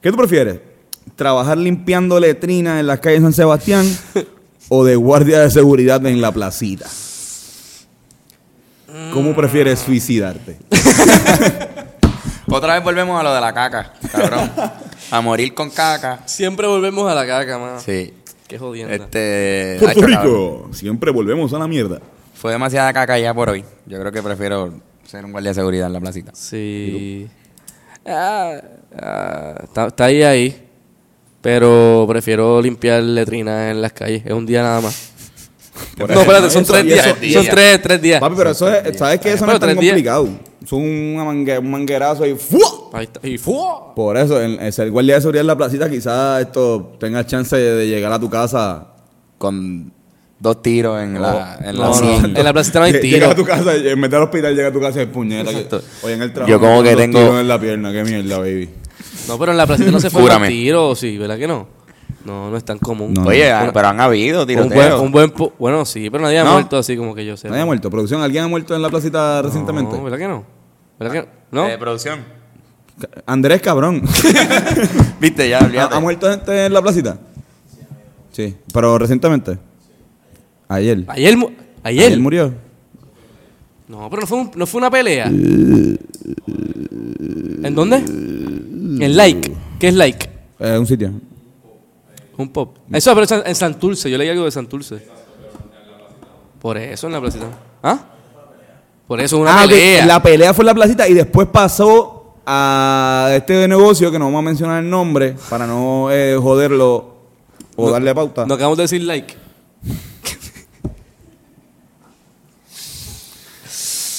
A: ¿Qué tú prefieres? ¿Trabajar limpiando letrinas en las calles de San Sebastián o de guardia de seguridad en la placita?
B: Mm.
A: ¿Cómo prefieres suicidarte?
C: Otra vez volvemos a lo de la caca, cabrón. A morir con caca.
B: Siempre volvemos a la caca, mano.
C: Sí.
B: Qué jodienda.
C: Este.
A: Puerto
C: hacho, cabrón.
A: Rico, siempre volvemos a la mierda.
C: Fue demasiada caca ya por hoy. Yo creo que prefiero ser un guardia de seguridad en la placita.
B: Sí. Ah, ah, está, está ahí, ahí. Pero prefiero limpiar letrinas en las calles. Es un día nada más.
A: Por
B: No,
A: eso,
B: espérate, son
A: eso,
B: tres
A: y
B: días.
A: eso-
E: y
B: Son
E: eso.
B: tres, tres días.
A: Papi, pero eso es, ¿sabes que Eso no
B: Pero
A: es tan
B: tres días.
A: complicado. Son una mangue- un manguerazo y ¡fua!
B: Ahí está. Y ¡fua!
A: Por eso, el, el ser guardia de seguridad en la placita, quizás esto tenga chance de, de llegar a tu casa.
C: Con dos tiros en
A: Oh,
C: la. En la
B: No, no,
C: sien.
B: en la placita no hay
A: Lle-
B: tiro.
A: Llega a tu casa, eh, en vez de al hospital, llega a tu casa y puñeta. que-
C: Exacto.
A: Oye, en el trabajo.
C: Yo como
A: me dan
C: que
A: dos
C: tengo-
A: tiros en la pierna, qué mierda, baby.
B: No, pero en la placita no se fue
C: Júrame.
B: un tiro, sí, ¿verdad que no? No, no es tan común.
A: No,
C: Oye,
B: Una-
C: ah, pero han habido
B: un buen,
C: tiroteos.
B: un buen pu- bueno, sí, pero nadie ha
A: ¿No?
B: muerto así como que yo sé.
A: ¿Nadie ha muerto? ¿Producción? ¿Alguien ha muerto en la placita recientemente?
B: No, ¿verdad que no? ¿Verdad que no?
C: Eh, producción.
A: Ca- Andrés, cabrón.
C: Viste, ya
A: ¿Ha, ha
C: olvídate.
A: muerto gente en la placita? Sí. ¿Pero recientemente? Ayer.
B: Ayer, mu- ayer.
A: Ayer murió.
B: No, pero no fue, un- no fue una pelea. ¿En dónde? En Like. ¿Qué es Like?
A: Eh, un sitio.
B: Un pop. Eso, pero es en Santurce. Yo leí algo de Santurce. Por eso en la placita. ¿Ah? Por eso una
A: Ah, ok.
B: pelea.
A: La pelea fue en la placita y después pasó a este negocio que no vamos a mencionar el nombre para no eh, joderlo o darle pauta.
B: Nos acabamos de decir Like.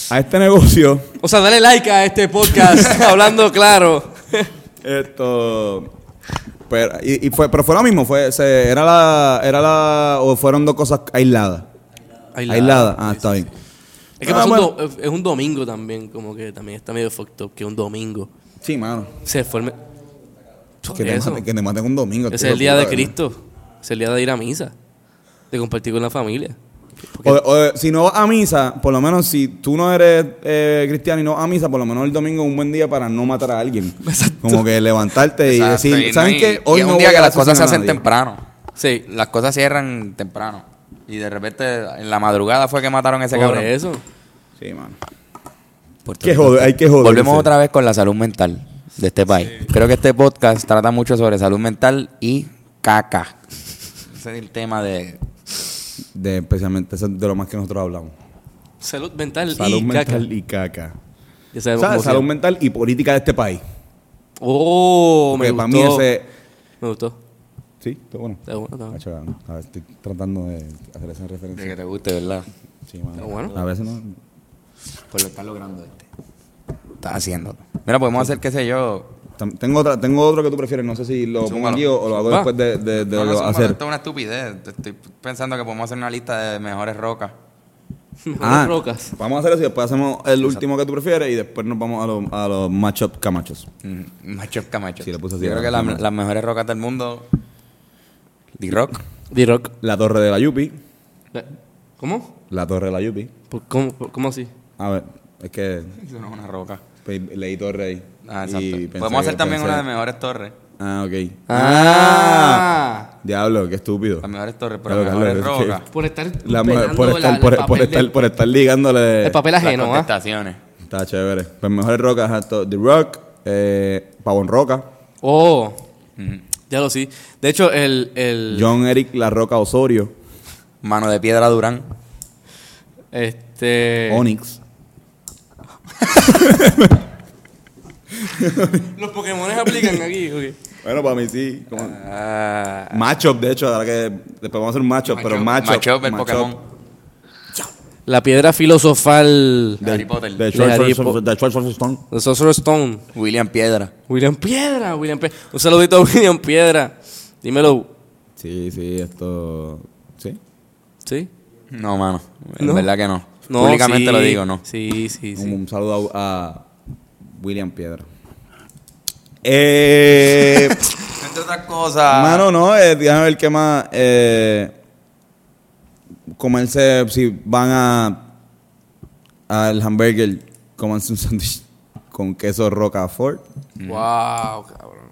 A: A este negocio,
B: O sea, dale like a este podcast hablando claro.
A: esto. Pero, y, y fue, pero fue lo mismo, fue, se- era la, era la, o fueron dos cosas aisladas. Aisladas. Ah, está bien.
B: Es que
A: Ah,
B: pasó un
A: bueno.
B: do- es- es un domingo también, como que también está medio fucked up, que un domingo.
A: Sí, mano.
B: Se forme.
A: Que te, maten, que te maten un domingo.
B: Ese
A: tío,
B: es el día
A: puta,
B: de
A: ¿verdad?
B: Cristo. Es el día de ir a misa. De compartir con la familia.
A: O de- o de- si no vas a misa, por lo menos si tú no eres eh, cristiano y no vas a misa, por lo menos el domingo es un buen día para no matar a alguien. Como que levantarte y
C: Exacto,
A: decir,
C: y
A: ¿saben
C: no, y-
A: qué?
C: y es
A: no
C: un día
A: voy
C: que
A: a
C: las cosas
A: asesinar
C: se
A: a
C: hacen
A: nadie".
C: temprano.
B: Sí.
C: Las cosas cierran temprano. Y de repente, en la madrugada fue que mataron a ese
B: Por
C: cabrón.
B: eso.
A: Sí, mano.
C: Puerto
A: Qué
C: Rico
A: joder,
C: está-
A: hay que joderse.
C: Volvemos otra vez con la salud mental de este país. Creo que este podcast trata mucho sobre salud mental y caca. Ese es el tema de...
A: De, especialmente eso es de lo más que nosotros hablamos.
B: Salud mental
A: Salud
B: y
A: mental
B: caca.
A: y caca.
B: Ya
A: O
B: sabemos
A: sea,
B: cómo se
A: salud
B: llama.
A: mental y política de este país.
B: Oh,
A: Porque
B: me gustó.
A: para mí ese...
B: Me gustó.
A: Sí, está bueno.
B: Está bueno, está bueno.
A: Hacho, a ver, estoy tratando de hacer esa referencia.
C: te guste, ¿verdad?
A: Sí, mano.
B: Está bueno.
A: A veces no...
C: Pues lo estás logrando este. Estás haciéndolo. Mira, podemos hacer, qué sé yo...
A: Tam- Tengo, otra, tengo otro que tú prefieres, no sé si lo pongo
C: Zúmbalo.
A: aquí o, o lo hago
B: Va.
A: después de, de, de
C: No,
A: lo-
C: no, es un-
A: hacer.
C: Esto es una estupidez. Estoy pensando que podemos hacer una lista de mejores rocas.
A: Ah,
B: Unas rocas.
A: Vamos a hacer eso y después hacemos el último que tú prefieres y después nos vamos a los a los matchup camachos.
C: Mm, Machos camachos.
A: Sí, le puse así
C: Yo
A: a la
C: creo que la-
A: primera.
C: las mejores rocas del mundo... D-Rock.
B: D-Rock.
A: La torre de la Yupi.
B: ¿Cómo?
A: La torre de la Yupi.
B: ¿Por- ¿Cómo, por- cómo así?
A: A ver, es que
C: Eso no es una roca.
A: pe- leí torre ahí.
C: Ah,
A: y
C: exacto.
A: pensé
C: Podemos hacer
A: que-
C: también
A: pensé-
C: una de mejores torres.
A: Ah, ok.
B: Ah.
A: Diablo, qué estúpido.
C: Las mejores torres, pero
A: Claro,
C: las mejores
A: claro, es que-
C: rocas.
B: Por estar.
A: La mujer-
B: pelando
A: por, estar,
B: la-
A: por,
B: el
A: por
B: papel
A: estar,
B: de-
A: por estar ligándole.
B: El papel
C: Las
B: ajeno, ¿ah?
C: contestaciones.
A: Está chévere. Pues mejores rocas, exacto. The Rock, eh, Pavón Roca,
B: Oh. Ya lo sí. De hecho, el. el
A: John Eric La Roca Osorio,
C: Mano de piedra Durán.
B: Este.
A: Onyx.
B: Los Pokémon aplican aquí. ok.
A: Bueno, para mí sí. como-
C: Ah,
A: Matchup, de hecho, ahora que después vamos a hacer un matchup, pero matchup.
C: Macho, el
A: matchup
C: Pokémon.
B: La piedra filosofal.
A: De,
C: Harry Potter.
A: De
B: De Harry
A: Schwarz-
B: Po-
A: de Schwarz- Stone.
B: The Sorcerer's Stone.
C: William Piedra.
B: William Piedra, William Piedra. Un saludito a William Piedra. Dímelo.
A: Sí, sí, esto. Sí.
B: ¿Sí?
C: No, mano. En
B: No.
C: verdad que no.
B: No,
C: Públicamente
B: sí.
C: lo digo, no.
B: Sí, sí,
A: Un,
B: sí.
A: un saludo a, a William Piedra. Eh,
C: Entre otras cosas.
A: mano, no, eh, déjame ver qué más. Eh, comerse, si van a. al hamburger, comerse un sándwich con queso Roquefort.
B: Wow, cabrón.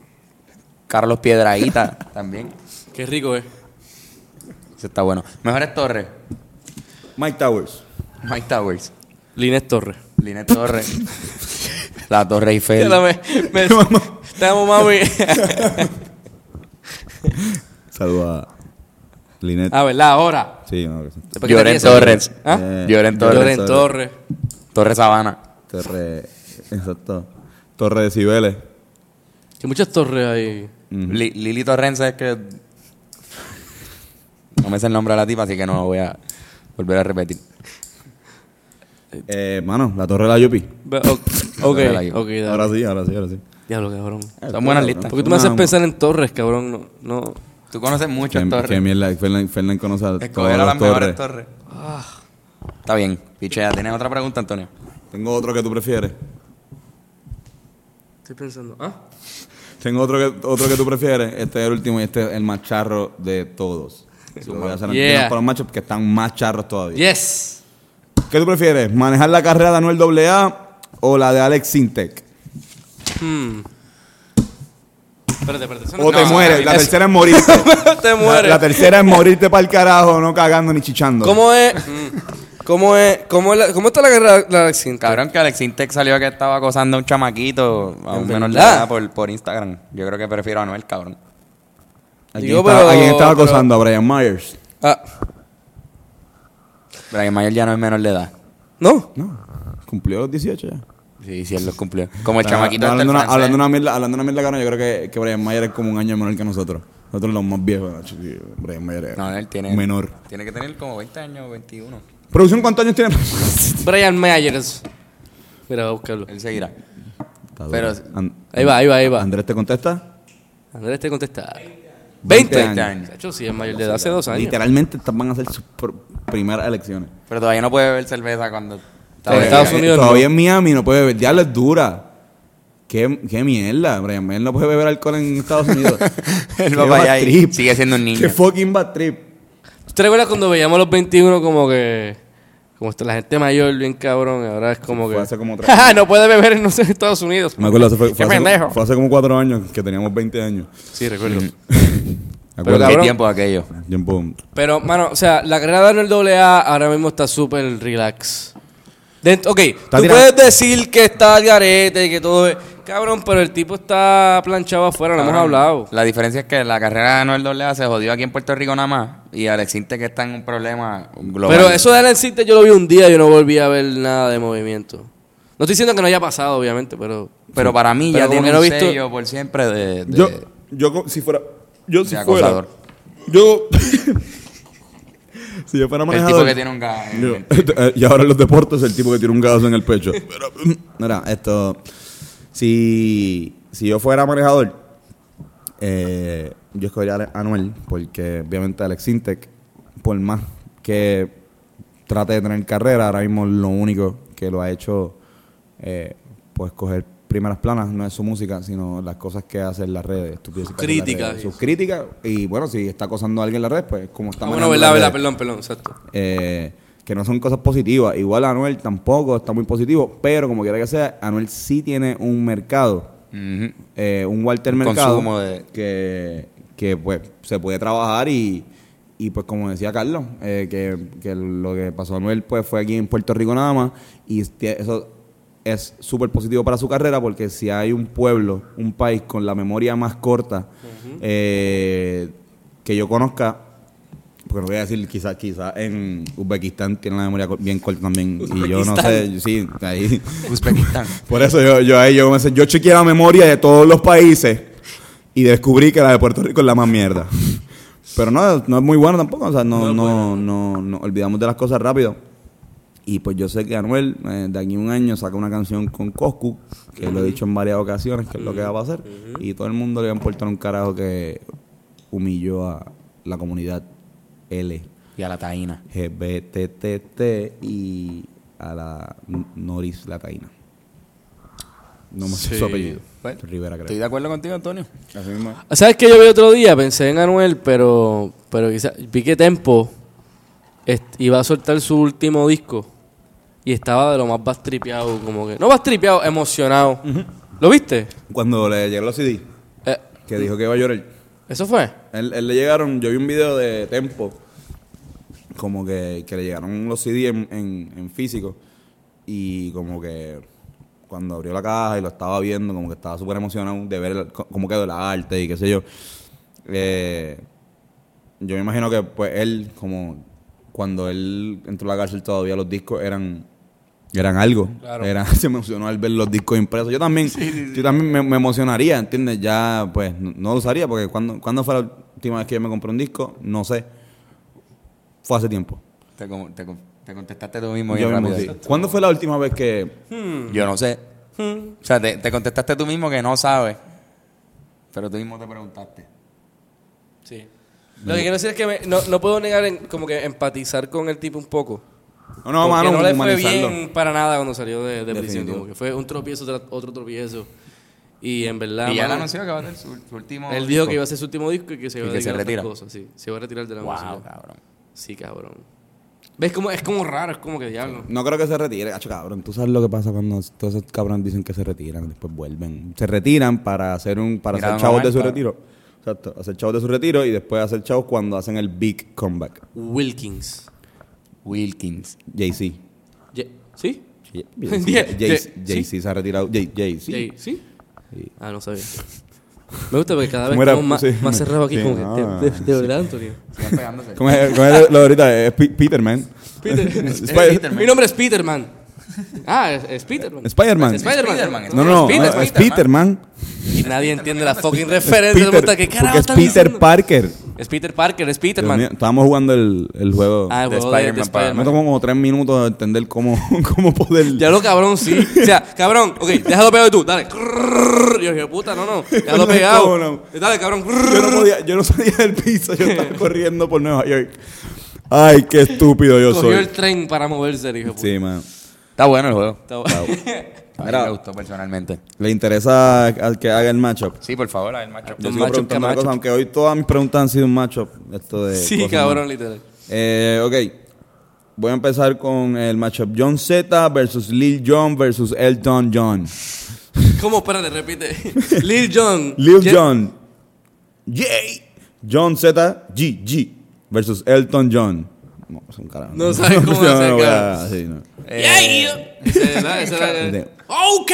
C: Carlos Piedraíta también.
B: Qué rico eh. es.
C: Eso está bueno. Mejores torres.
A: Mike Towers.
C: Mike Towers.
B: Lines Torres.
C: Linet Torres. La Torre Eiffel.
B: Dame, me- Te amo, mami.
A: Saluda a Linet.
B: A ver, Ah, ahora.
A: Sí, no, que sí.
B: ¿Por qué te
C: Lloren
B: ríes?
C: Torres.
B: ¿Ah?
A: Eh,
C: Lloren Torres.
B: Lloren Torres.
C: Torre Sabana.
A: Torre. Exacto. Torre de Cibeles.
B: Que muchas torres hay.
C: Li- Lili Torrense es que. No me sé el nombre de la tipa, así que no lo voy a volver a repetir.
A: Eh, mano, la Torre de la Yupi.
B: Ve- o- Ok, ok, dale.
A: Ahora sí, ahora sí, ahora sí.
B: Diablo, cabrón.
C: Son buenas listas.
B: Porque tú me haces
A: No,
B: pensar en torres, cabrón. No, no.
C: Tú conoces muchas
A: Que,
C: torres.
A: que mierda, Fernan, Fernan conoce a
C: Escoger
A: todas
C: a
A: las
C: las mejores
A: torres.
C: torres. Ah. Está bien. Pichea, ¿tienes otra pregunta, Antonio?
A: Tengo otro que tú prefieres.
B: Estoy pensando. ¿Ah?
A: Tengo otro que, otro que tú prefieres. Este es el último y este es el más charro de todos. Lo voy a hacer
B: Yeah.
A: antenas para los machos que están más charros todavía.
B: Yes.
A: ¿Qué tú prefieres? ¿Manejar la carrera de Anuel AA o la de Alex Sintec?
B: Hmm. Espérate, espérate. eso no-
A: O te
B: no,
A: mueres.
B: eso-
A: La tercera es morirte.
B: te
A: La,
B: mueres.
A: la tercera es morirte para el carajo, no cagando ni chichando.
B: ¿Cómo es? Mm. ¿Cómo es? ¿Cómo, es la- ¿Cómo está la carrera la, sin
C: Cabrón, que Alex Intec salió que estaba acosando a un chamaquito, a un
B: ¿En
C: menor de
B: verdad?
C: edad, por, por Instagram. Yo creo que prefiero a Noel, cabrón.
A: ¿A quién,
B: Digo,
A: estaba,
B: pero-
A: a quién estaba
B: pero-
A: acosando? ¿A Brian Myers?
B: Ah,
C: Brian Mayer ya no es menor de edad.
B: ¿No?
A: No. Cumplió los 18 ya.
C: Sí, sí, él lo cumplió. Como el
A: Ah,
C: chamaquito este,
A: hablando,
C: el
A: una,
C: francés.
A: hablando una mierda, hablando una mierda, cabrón, yo creo que, que Brian Mayer es como un año menor que nosotros. Nosotros los más viejos. ¿no? Sí, Brian Mayer es
C: No, él tiene...
A: menor.
C: Tiene que tener como 20 años, 21.
A: ¿Producción cuántos años tiene?
B: Brian Myers. Mira, voy a buscarlo.
C: Él seguirá.
A: Está duro.
C: Pero-
A: An-
B: Ahí va, ahí va, ahí va.
A: Andrés te contesta.
B: Andrés te contesta.
A: 20
B: 20
A: años.
B: años. Chacho, sí, es mayor de edad hace dos años.
A: Literalmente estas van a ser sus pr- primeras elecciones.
C: Pero todavía no puede beber cerveza cuando... está
B: En
C: de-
B: Estados
A: Eh,
B: Unidos
A: Todavía
B: no.
A: en Miami no puede beber. Diablo, es dura. ¿Qué, qué mierda, Brian Mayer no puede beber alcohol en Estados Unidos.
C: Él
A: Qué
C: va
A: bad
C: para allá y
A: trip.
C: sigue siendo un niño.
A: Qué fucking bad trip.
B: ¿Tú te recuerdas cuando veíamos a los 21 como que... Como está la gente mayor, bien cabrón, y ahora es como que...
A: Fue hace como tres
B: ¡Ja, ja! no puede beber en los Estados Unidos.
A: Me acuerdo, hace- fue, fue
B: Qué
A: hace,
B: pendejo.
A: fue hace como cuatro años que teníamos 20 años.
B: Sí, recuerdo.
A: ¿Me
B: Pero
A: acuerdo?
C: ¿Qué
B: cabrón.
C: tiempo aquello?
A: Tiempo-
B: Pero, mano, o sea, la carrera de Anuel AA ahora mismo está súper relax. Dent- ok, tú
A: tirando-
B: puedes decir que está al garete, que todo es... Cabrón, pero el tipo está planchado afuera, no hemos
C: Cabrón,
B: hablado.
C: La diferencia es que la carrera de Noel A se jodió aquí en Puerto Rico nada más. Y Alex Inte que está en un problema global.
B: Pero eso de Alan Sinte yo lo vi un día y yo no volví a ver nada de movimiento. No estoy diciendo que no haya pasado, obviamente, pero...
C: Pero para mí
B: Pero
C: ya
B: como que
C: tiene un
B: no he visto-
C: sello por siempre de... de-
A: Yo, yo co- si fuera. Yo si
C: de
A: fuera.
C: acosador.
A: Yo. si yo fuera
C: El
A: manejador.
C: tipo que tiene un gas. en-
A: yo- eh, y ahora en los deportes, el tipo que tiene un gadazo en el pecho. Pero,
B: mm,
A: Mira, esto. Si, si yo fuera manejador, eh, yo escogería a Anuel, porque obviamente Alex Sintec, por más que trate de tener carrera, ahora mismo lo único que lo ha hecho, eh, pues coger primeras planas, no es su música, sino las cosas que hace en las redes. estupideces que hace en las
B: críticas.
A: redes, Sus críticas, y bueno, si está acosando a alguien en la red, pues como está
B: Ah, bueno,
A: manejando
B: verdad,
A: las
B: verdad,
A: redes,
B: perdón, perdón, exacto.
A: eh, que no son cosas positivas. Igual Anuel tampoco está muy positivo, pero como quiera que sea, Anuel sí tiene un mercado,
C: Ujú.
A: eh, un Walter
C: Un
A: Mercado,
C: consumo de-
A: que, que pues se puede trabajar y, y pues como decía Carlos, eh, que, que lo que pasó a Anuel pues fue aquí en Puerto Rico nada más y este- eso es súper positivo para su carrera porque si hay un pueblo, un país con la memoria más corta eh, que yo conozca, porque no voy a decir, quizás quizás en Uzbekistán tienen la memoria cor- bien corta también. Y yo no sé, yo- sí, ahí.
C: Uzbekistán.
A: Por eso yo, yo ahí yo, me sé- yo chequeé la memoria de todos los países y descubrí que la de Puerto Rico es la más mierda. Pero no, no es muy bueno tampoco, o sea, no, no, no, no, olvidamos de las cosas rápido. Y pues yo sé que Anuel eh, de aquí a un año saca una canción con Coscu, que lo he dicho en varias ocasiones, que es lo que va a pasar. Y todo el mundo le va a importar un carajo que humilló a la comunidad L.
C: Y a la taína.
A: GBTTT y a la N- Noris Lataina. No me sé su apellido.
C: Bueno,
A: Rivera,
C: Estoy
A: creo.
C: de acuerdo contigo, Antonio.
A: Así mismo es.
B: ¿Sabes qué yo vi otro día? Pensé en Anuel, pero, pero quizá- vi que Tempo est- iba a soltar su último disco y estaba de lo más bastripeado, como que... No bastripeado, emocionado. ¿Lo viste?
A: Cuando le llegaron los CD,
B: Eh,
A: que dijo que iba a llorar,
B: ¿Eso fue?
A: él, él le llegaron, yo vi un video de Tempo, como que, que le llegaron los CD en, en- en físico, y como que cuan- cuando abrió la caja y lo estaba viendo, como que estaba súper emocionado de ver el- co- cómo quedó la arte y qué sé yo. Eh, yo me imagino que pues él, como cuando él entró a la cárcel todavía los discos eran eran algo. Era- se emocionó al ver los discos impresos. Yo también, yo también me, me emocionaría, ¿entiendes? Ya pues no, no lo usaría porque cuando, cuando fue la última vez que yo me compré un disco, no sé. Fue hace tiempo.
C: Te, com- te com- te contestaste tú mismo
A: Yo
C: bien
A: mismo,
C: rápido.
A: sí. ¿Cuándo fue la última vez que
C: Yo no sé.
A: Hmm.
C: O sea, te, te contestaste tú mismo que no sabes. Pero tú mismo te preguntaste.
B: Sí. Lo que quiero decir es que me- no, no puedo negar en- como que empatizar con el tipo un poco.
A: No, no,
B: porque
A: mano,
B: no le fue
A: humanizarlo.
B: bien para nada cuando salió de, de prisión.
A: Definitivo.
B: Como que fue un tropiezo tras otro tropiezo. Y en verdad.
C: y ya
B: Ah, mano,
C: le anunció que va a ser su, su último.
A: Ah,
B: él dijo
C: disco.
B: que iba a hacer su último disco y que se iba
C: Y
B: a
C: que se
B: dedicar a otras
C: retira.
B: cosas. Sí, se iba a retirar de la
C: Wow,
B: música.
C: cabrón.
B: Sí, cabrón. ¿Ves cómo es como raro? Es como que diablo.
A: No creo que se retire, gacho, cabrón. Tú sabes lo que pasa cuando todos esos cabrones dicen que se retiran, después vuelven. Se retiran para hacer un para
C: Mira,
A: hacer
C: don
A: chavos
C: Omar,
A: de su
C: cabrón.
A: retiro. Exacto, hacer chavos de su retiro y después hacer chavos cuando hacen el big comeback.
B: Wilkins.
C: Wilkins.
A: Jay-Z.
B: Ye- ¿Sí? Yeah,
A: Jay-Z
B: yeah,
A: Jay-Z se ha retirado. Jay- Jay-Z.
B: Ye- ¿Sí? Ah, no sabía. Me gusta porque cada vez
A: ¿Cómo era?
B: estamos más,
A: Sí.
B: más cerrados aquí.
A: Sí,
B: como
A: no,
B: que de, de- de verdad, Antonio.
C: Sigan pegándose.
A: ¿Cómo es, cómo es lo de ahorita? Es Pi- Peterman.
B: Peter.
A: Spi-
C: Peterman.
B: Mi nombre es Peterman. Ah, es, es Peterman.
A: Spiderman.
B: Es Spiderman.
C: Spiderman.
A: No, no, no,
B: Peter-
A: es Peterman.
B: Y nadie entiende la fucking referencia.
A: Peter,
B: me gusta, ¿qué carajo
A: porque es
B: están
A: Peter
B: diciendo?
A: Parker.
B: Es Peter Parker, es
A: Dios mío,
B: Peterman.
A: Estábamos jugando el, el juego.
B: Ah, el
C: De
B: juego de, de
C: Spider-Man para-
A: Me
B: Spider-Man.
A: tomó como tres minutos de entender cómo, cómo poder.
B: Ya lo cabrón, sí. O sea, cabrón, ok, déjalo pegado y tú, dale. Crrrr. Yo dije, puta, no, no, déjalo
A: No,
B: pegado.
A: no,
B: Dale, cabrón.
A: Yo no, podía, yo no salía del piso, yo estaba corriendo por Nueva York. Ay, qué estúpido yo
B: Cogió
A: soy.
B: el tren para moverse, dije, puta.
A: Sí, man.
C: Está bueno el juego.
B: Está-
C: A mí
A: Mira.
C: me gustó personalmente.
A: ¿Le interesa al que haga el matchup?
C: Sí, por favor, el macho.
A: Yo
B: Un
A: sigo
B: matchup,
A: preguntando
B: ¿qué
A: cosas,
B: matchup?
A: aunque hoy todas mis preguntas han sido un matchup. Esto de
B: Sí,
A: cosas,
B: cabrón,
A: ¿no?
B: literal.
A: Eh, ok. Voy a empezar con el matchup John Z versus Lil Jon versus Elton John.
B: ¿Cómo? Espérate, repite. Lil Jon.
A: Lil
B: Ye-
A: Jon. Yay. John Z GG versus Elton John. No, es un carajo.
B: No sabes cómo Eh,
A: No,
B: hacer,
A: no, voy a-
B: cabrón.
A: sí, no.
B: Yeah. Ese era- ese era- Ok.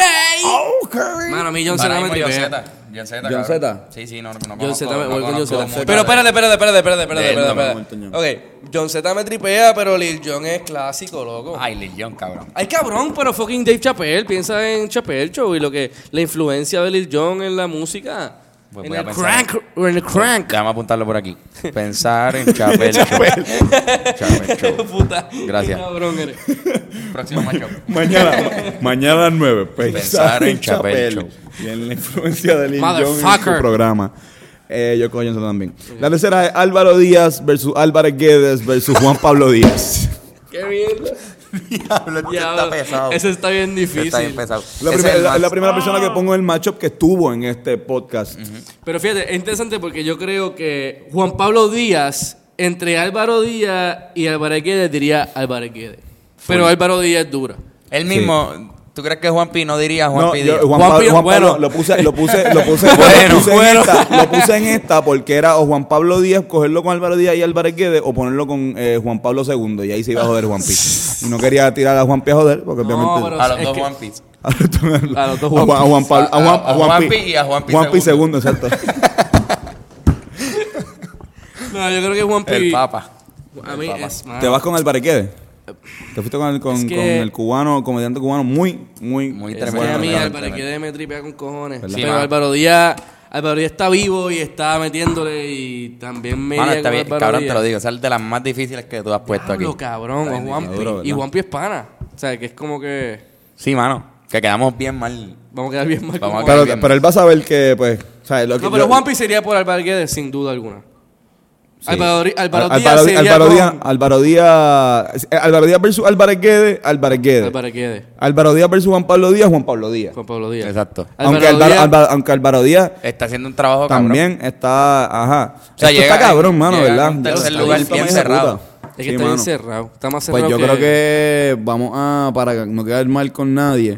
B: Mano, a mí John Cena me tripea.
C: John Z.
A: John Z.
C: Sí, sí, no, no. no
B: John Cena, me voy con
C: conozco
B: John Cena.
C: mucho
B: Pero
C: de-
B: espérate, espérate, espérate, espérate, espérate,
C: Él no me
B: espérate,
A: aguanto, John.
B: espérate. Ok, John Z me tripea, pero Lil Jon es clásico, loco.
C: Ay, Lil Jon, cabrón.
B: Ay, cabrón, pero fucking Dave Chappelle, piensa en Chappelle, show y lo que la influencia de Lil Jon en la música.
C: Pues
B: en,
C: voy a
B: el
C: pensar.
B: crank, en el crank.
C: Déjame apuntarlo por aquí. Pensar en Chapel Show. Chapel Show.
B: Puta.
C: Gracias.
B: qué cabrón eres.
C: Próximo macho.
A: Mañana, mañana a las 9. Pensar,
C: Pensar en
A: en
C: Chapel
A: Chapel
C: Show.
A: Y en la influencia del Lil Jon en su
B: Motherfucker.
A: programa. Eh, yo cojo Johnson también. La tercera es Álvaro Díaz versus Álvarez Guedes versus Juan Pablo Díaz.
B: Qué mierda.
C: Diablo, este
B: Diablo, Ese está bien difícil.
C: Está bien pesado.
A: La,
C: Ese
A: primera-
C: es el
A: la-
C: más-
A: la primera persona que pongo en el matchup que estuvo en este podcast.
B: Pero fíjate, es interesante porque yo creo que Juan Pablo Díaz, entre Álvaro Díaz y Álvarez Guedes, diría Álvarez Guedes. Pero Álvaro Díaz es dura.
C: Él mismo, ¿tú crees que Juanpi no diría Juan
A: No,
C: P.
A: yo-
C: Díaz?
A: Juan,
B: Juan
A: Pablo,
B: Pío-
A: Juan Pablo,
B: bueno.
A: lo puse, lo puse, lo puse,
C: Bueno,
A: lo puse
C: bueno.
A: en esta, lo puse en esta porque era o Juan Pablo Díaz, cogerlo con Álvaro Díaz y Álvarez Guedes o ponerlo con eh, Juan Pablo II y ahí se iba a joder Juan Pi. Y no quería tirar a Juan Pi a joder porque obviamente...
B: pero-
C: A los
B: Es
C: dos
B: que-
C: Juan P.
A: A Juan,
B: A los dos
A: Juan,
B: Juan
A: a Juan Pablo, a Juan,
C: A- a
A: a Juan
C: Juan
A: Pi-
C: Pi y a Juan Pi
A: Juan Pi
C: segundo.
A: segundo, exacto.
B: No, yo creo que Juan P.
C: El Papa.
B: A mí es
C: Ah.
B: más.
A: ¿Te vas con Álvarez Guedes? Te fuiste con el, con,
B: Es que-
A: con el cubano, comediante cubano muy, muy,
C: Muy
B: Es que
C: Tremendo,
B: a mí
C: tremendo,
B: Álvarez
C: tremendo.
B: Guedes me tripea con cojones.
A: ¿Verdad?
C: Sí,
B: Pero
C: mano.
B: Álvaro Díaz, Álvaro Díaz está vivo y está metiéndole y también me
C: Mano,
B: iría
C: está
B: con
C: bien,
B: Álvaro
C: cabrón, te
B: Díaz.
C: lo digo. Esa es de las más difíciles que tú has puesto aquí.
B: Diablo, cabrón,
C: Está
B: o
C: bien
B: Juan
C: difícil.
A: duro, ¿verdad?
B: Y Juan P es pana. O sea, que es como que
C: Sí, mano. Que quedamos bien mal.
B: vamos a quedar bien mal
C: Vamos
B: con
C: a
B: Juan.
A: Pero, pero él va a saber que, pues, ¿sabes? Lo que
B: No, pero
A: yo-
B: Juan P sería por Álvaro Guedes, sin duda alguna.
A: Sí.
B: Álvaro, Ri- Álvaro
A: Al-
B: Díaz sería
A: Álvaro
B: con-
A: Díaz, Álvaro Díaz, eh, Álvaro Díaz versus Álvarez Guedes, Álvarez Guedes.
B: Álvaro Guedes,
A: Álvaro Díaz versus Juan Pablo Díaz, Juan Pablo Díaz.
B: Juan Pablo Díaz.
C: Exacto.
A: Aunque
B: Álvaro
A: Álvaro,
B: Díaz-
A: Álvaro- aunque Álvaro Díaz
C: Está haciendo un trabajo Oh, cabrón.
A: también está, ajá.
C: O
A: Esto
C: sea, llega-
A: está cabrón, mano,
C: llega
A: ¿verdad?
C: en un tercer
A: Está
C: lugar
A: bien,
C: bien
A: está de
C: cerrado.
A: puta.
B: Es que
A: Sí,
B: está bien
A: mano.
B: cerrado. Está más cerrado
A: Pues yo creo que vamos a, para no quedar mal con nadie,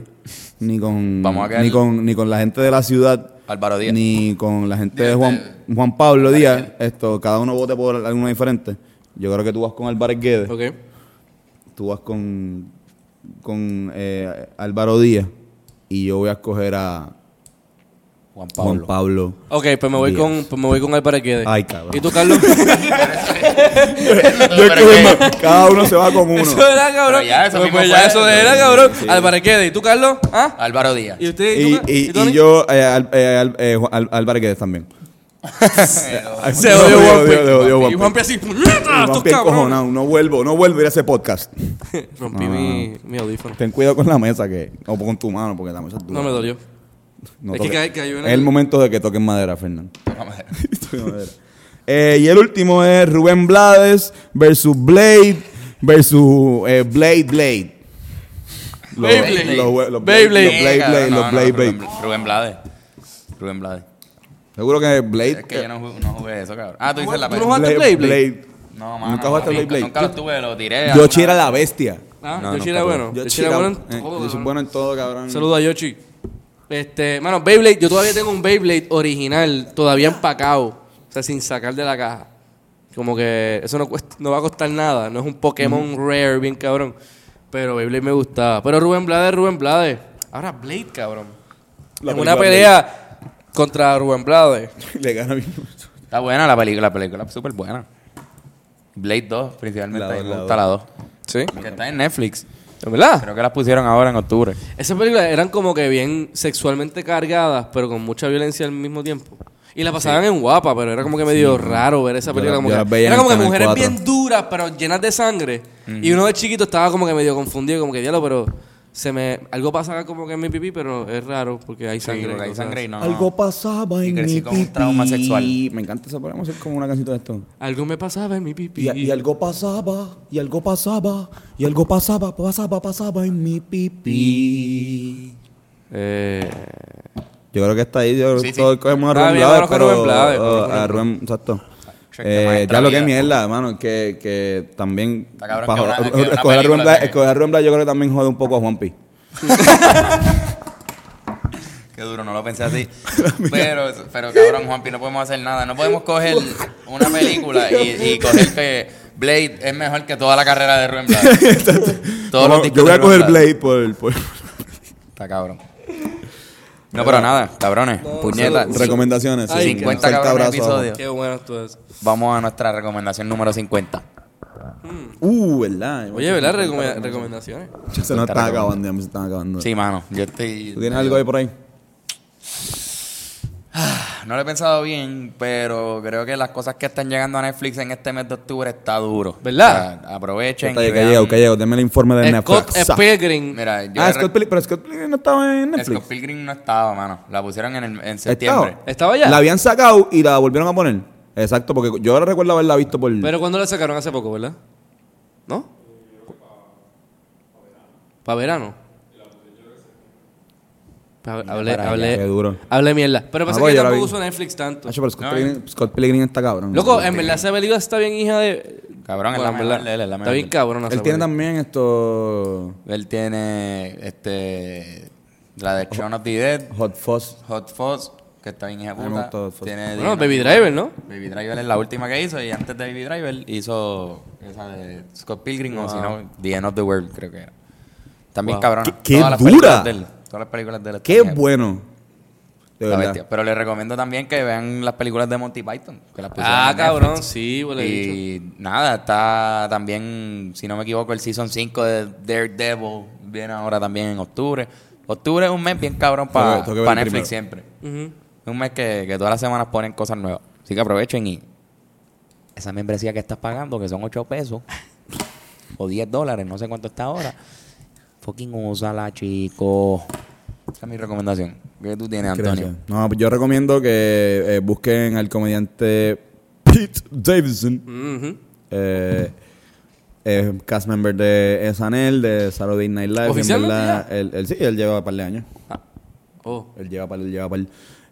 A: ni con,
C: Vamos a quedar-
A: ni con, ni con la gente de la ciudad,
C: Álvaro Díaz.
A: ni con la gente de Juan, Juan Pablo Díaz, esto, cada uno vote por alguno diferente. Yo creo que tú vas con Álvarez Guedes,
B: Ok.
A: tú vas con, con eh, Álvaro Díaz Y yo voy a escoger a
C: Juan Pablo.
A: Juan Pablo.
B: Ok, pues me voy
A: Díaz.
B: con pues me voy con Álvarez Guedes.
A: Ay, cabrón.
B: ¿Y tú, Carlos?
A: Yo escogí más. Cada uno se va con uno.
B: eso era, cabrón.
E: Pero ya, eso
B: Pues,
E: mismo
B: pues ya
E: fue.
B: eso era, cabrón. Álvarez Guedes. ¿Y tú, Carlos? ¿Ah?
C: Álvaro Díaz.
B: ¿Y usted?
A: Y,
B: tú, Ca-
A: y-
B: Tony?
A: y yo, eh, al- eh, al- eh, Ju- al- Álvarez Guedes también.
B: Se odió
A: Juanpi.
B: Juanpi. Y
A: Juanpi.
B: Juanpi así, ¡puñeta!
A: Juanpi
B: Ah, Estos cabrones.
A: encojonado, No vuelvo, no vuelvo a ir a ese podcast.
B: Rompí mi, mi audífono.
A: Ten cuidado con la mesa que, o con tu mano, porque la mesa es dura.
B: No me dolió.
A: No
B: Es que
A: toques.
B: cae- cayó en
A: Es el
B: el-
A: momento de que toquen madera, Fernando. Toca madera. Eh, y el último es Rubén Blades versus Blade versus eh, Blade Blade. Los-
B: Beyblade.
A: los- los- los
B: Beyblade.
A: Los Blade Blade. Los Blade Blade.
C: Rubén Blade. Rubén Blade.
A: Seguro que Blade.
C: Es que yo no jugué, no jugué eso, cabrón. Ah, tú dices la
B: ¿Tú no
C: película.
B: jugaste Blade Blade?
C: No, mano.
A: ¿Nunca jugaste Blade
C: nunca-
A: Blade?
C: Nunca lo tuve, lo tiré. a
A: Yoshi
C: una-
A: era la bestia.
B: Ah,
C: No,
B: Yoshi
C: no,
B: era
C: papá.
B: bueno. Yoshi era bueno en
A: eh,
B: todo,
A: Yoshi
B: cabrón.
A: bueno en todo, cabrón.
B: Saludos a Yoshi. Este, mano, Beyblade, yo todavía tengo un Beyblade original, todavía empacado. O sea, sin sacar de la caja. Como que eso no, cuesta- no va a costar nada. No es un Pokémon
A: Mm.
B: rare, bien cabrón. Pero Beyblade me gustaba. Pero Rubén Blades, Rubén Blades. Ahora Blade, cabrón.
A: La
B: en una
A: película
B: pelea contra Rubén Blades.
A: Le gana bien.
C: Está buena la película, la película súper buena. Blade 2, principalmente.
A: La
C: a mí
A: dos,
C: me
A: la
C: gusta la 2.
B: ¿Sí?
C: Que está en Netflix.
B: ¿Es verdad?
C: Creo que las pusieron ahora en octubre.
B: Esas películas eran como que bien sexualmente cargadas, pero con mucha violencia al mismo tiempo. Y la pasaban en guapa, pero era como que medio raro ver esa
A: Yo
B: película.
A: la-
B: como
A: yo
B: que-
A: las veía
B: era
A: en el
B: como que
A: Canal
B: mujeres
A: 4.
B: bien duras, pero llenas de sangre. Y uno de chiquito estaba como que medio confundido, como que diablo, pero se me algo pasa como que en mi pipí, pero es raro porque hay sangre.
C: porque hay
B: cosas
C: sangre y
B: así.
C: no.
A: Algo pasaba
C: Y
A: en
C: crecí
A: mi
C: con un
A: pipí.
C: trauma sexual.
A: Me encanta eso. Podemos hacer como una canción de esto.
B: Algo me pasaba en mi pipí.
F: Y, y algo pasaba, y algo pasaba, y algo pasaba, pasaba, pasaba en mi pipí.
B: Eh,
A: Yo creo que está ahí. Yo creo que todos cogemos a
B: Ah,
A: Rubén
B: bien,
A: Blades,
B: vamos con
A: pero
B: Rubén Blades,
A: oh,
B: vamos con
A: a
B: Rubén.
A: Rubén, exacto.
C: Check the
A: Eh,
C: maestra
A: ya lo que es
C: vida.
A: mierda, hermano, que, que también
C: Está cabrón
A: pa-
C: que una- que una
A: escoger, a Rubén
C: película
A: Blades,
C: también.
A: escoger a Rubén Blades yo creo que también jode un poco a Juanpi.
C: Qué duro, no lo pensé así. pero, pero cabrón, Juanpi, no podemos hacer nada. No podemos coger una película y, y coger que Blade es mejor que toda la carrera de Rubén Blades. Todos los
A: Vamos,
C: discos
A: yo voy
C: de
A: a
C: Rubén
A: coger
C: Blades.
A: Blade por, por
C: Está cabrón. No, pero nada, cabrones. puñetas.
A: recomendaciones.
B: Ay,
A: sí,
C: 50
A: fuerte
C: cabrones
A: abrazo.
C: episodios.
B: qué bueno todo eso.
C: Vamos a nuestra recomendación número 50.
A: Uh, verdad.
B: Oye, ¿verdad? Recome- recomendaciones.
A: Se nos están acabando, ya me se están acabando.
C: Sí, mano. Yo estoy.
A: ¿Tú tienes algo ahí por ahí?
C: No lo he pensado bien, pero creo que las cosas que están llegando a Netflix en este mes de octubre está duro.
B: ¿Verdad?
C: O sea, aprovechen.
A: Está
C: y
A: ahí,
C: vean-
A: Calleo, Calleo, denme el informe de
B: Scott
A: Netflix.
B: Pilgrim.
C: Mira, yo
A: Ah,
C: le
A: Scott Pilgrim, pero Scott Pilgrim no estaba en
C: Scott
A: Netflix.
C: Pilgrim no estaba, mano. La pusieron en, el- en
A: Estaba.
C: septiembre.
B: ¿Estaba ya?
A: La habían sacado y la volvieron a poner. Exacto, porque yo ahora recuerdo haberla visto por.
B: Pero cuando la sacaron hace poco, ¿verdad? ¿No?
A: Eh,
B: Para verano. Pa- Hablé,
C: para
B: hablé,
A: allá. Qué duro.
B: hablé mierda. Pero pasa
A: Ah, voy,
B: que
A: yo la
B: tampoco
A: vi. Ah,
B: uso Netflix tanto.
A: Hacho, pero Scott,
C: No,
A: Pilgrim, Scott Pilgrim está cabrón.
B: Loco, en verdad esa película está bien hija de...
C: Cabrón, es la
B: en
C: mejor,
B: verdad,
C: él es la
B: Está
C: mejor.
B: bien cabrón.
A: Él tiene también esto.
C: Él tiene este la de Shaun of the Dead,
A: Hot Fuzz.
C: Hot Fuzz, que está bien hija
A: me
C: puta.
A: gusta Hot Fuzz.
C: Tiene
B: Bueno,
C: Dino-
B: Baby Driver, ¿no?
C: Baby Driver es la última que hizo y antes de Baby Driver hizo esa de Scott Pilgrim o si no The End of the World creo que era. También cabrón.
A: Qué- qué dura.
C: películas de él, todas las películas de él.
A: Qué
C: están hijas-
A: bueno. De
C: La
A: verdad.
C: bestia. Pero les recomiendo también que vean las películas de Monty Python. Que las
A: Pues
C: pusieron
B: Ah,
C: en Netflix.
B: cabrón, sí, huele bicho.
C: Y nada, está también, si no me equivoco, el season 5 de Daredevil viene ahora también en octubre. Octubre es un mes bien cabrón
A: Tengo
C: para
A: que- tengo que ver el
C: Netflix
A: primero.
C: siempre.
B: Ujú.
C: Es un mes que, que todas las semanas ponen cosas nuevas. Así que aprovechen y esa membresía que estás pagando, que son 8 pesos o 10 dólares, no sé cuánto está ahora. Fucking úsala, chico. Esa es mi recomendación. ¿Qué tú tienes, Antonio?
A: Gracias. No, pues yo recomiendo que eh, busquen al comediante Pete Davidson.
B: Ujú.
A: Eh, es cast member de SNL, de Saturday Night Live. en
B: ¿Oficialmente
A: verdad, él, él sí, él lleva un par de años.
B: Oh.
A: Él lleva par, él lleva par.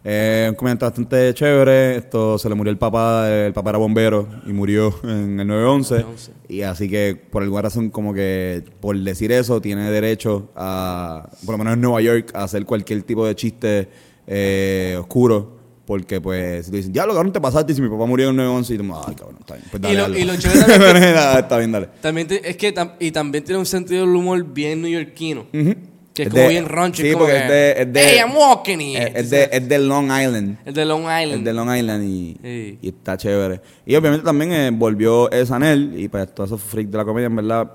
A: Eh, un comediante bastante chévere. Esto se le murió el papá, eh, el papá era bombero y murió en el 911. Y así que por alguna razón como que por decir eso tiene derecho a, por lo menos en Nueva York, a hacer cualquier tipo de chiste eh, oscuro. Porque pues si te dicen, ya lo cabrón te pasaste y si mi papá murió en el 911 y tú, ay cabrón, está bien. Pues
B: Y
A: dale,
B: lo-
A: dale.
B: y lo chévere también
A: Nada, está bien, dale.
B: También te- es que tam- y también tiene un sentido del humor bien neoyorquino. Que es,
A: Es
B: como
A: de-
B: bien roncho.
A: sí,
B: es como
A: porque
B: que,
A: es de- es de-
E: Hey, I'm walking here.
A: Eh, Es, es de, es de Long Island.
B: el de Long
A: Es
B: Island.
A: de Long Island y,
B: Sí.
A: y está chévere. Y obviamente también eh, volvió Sanel y pues todos esos freaks de la comedia, en verdad,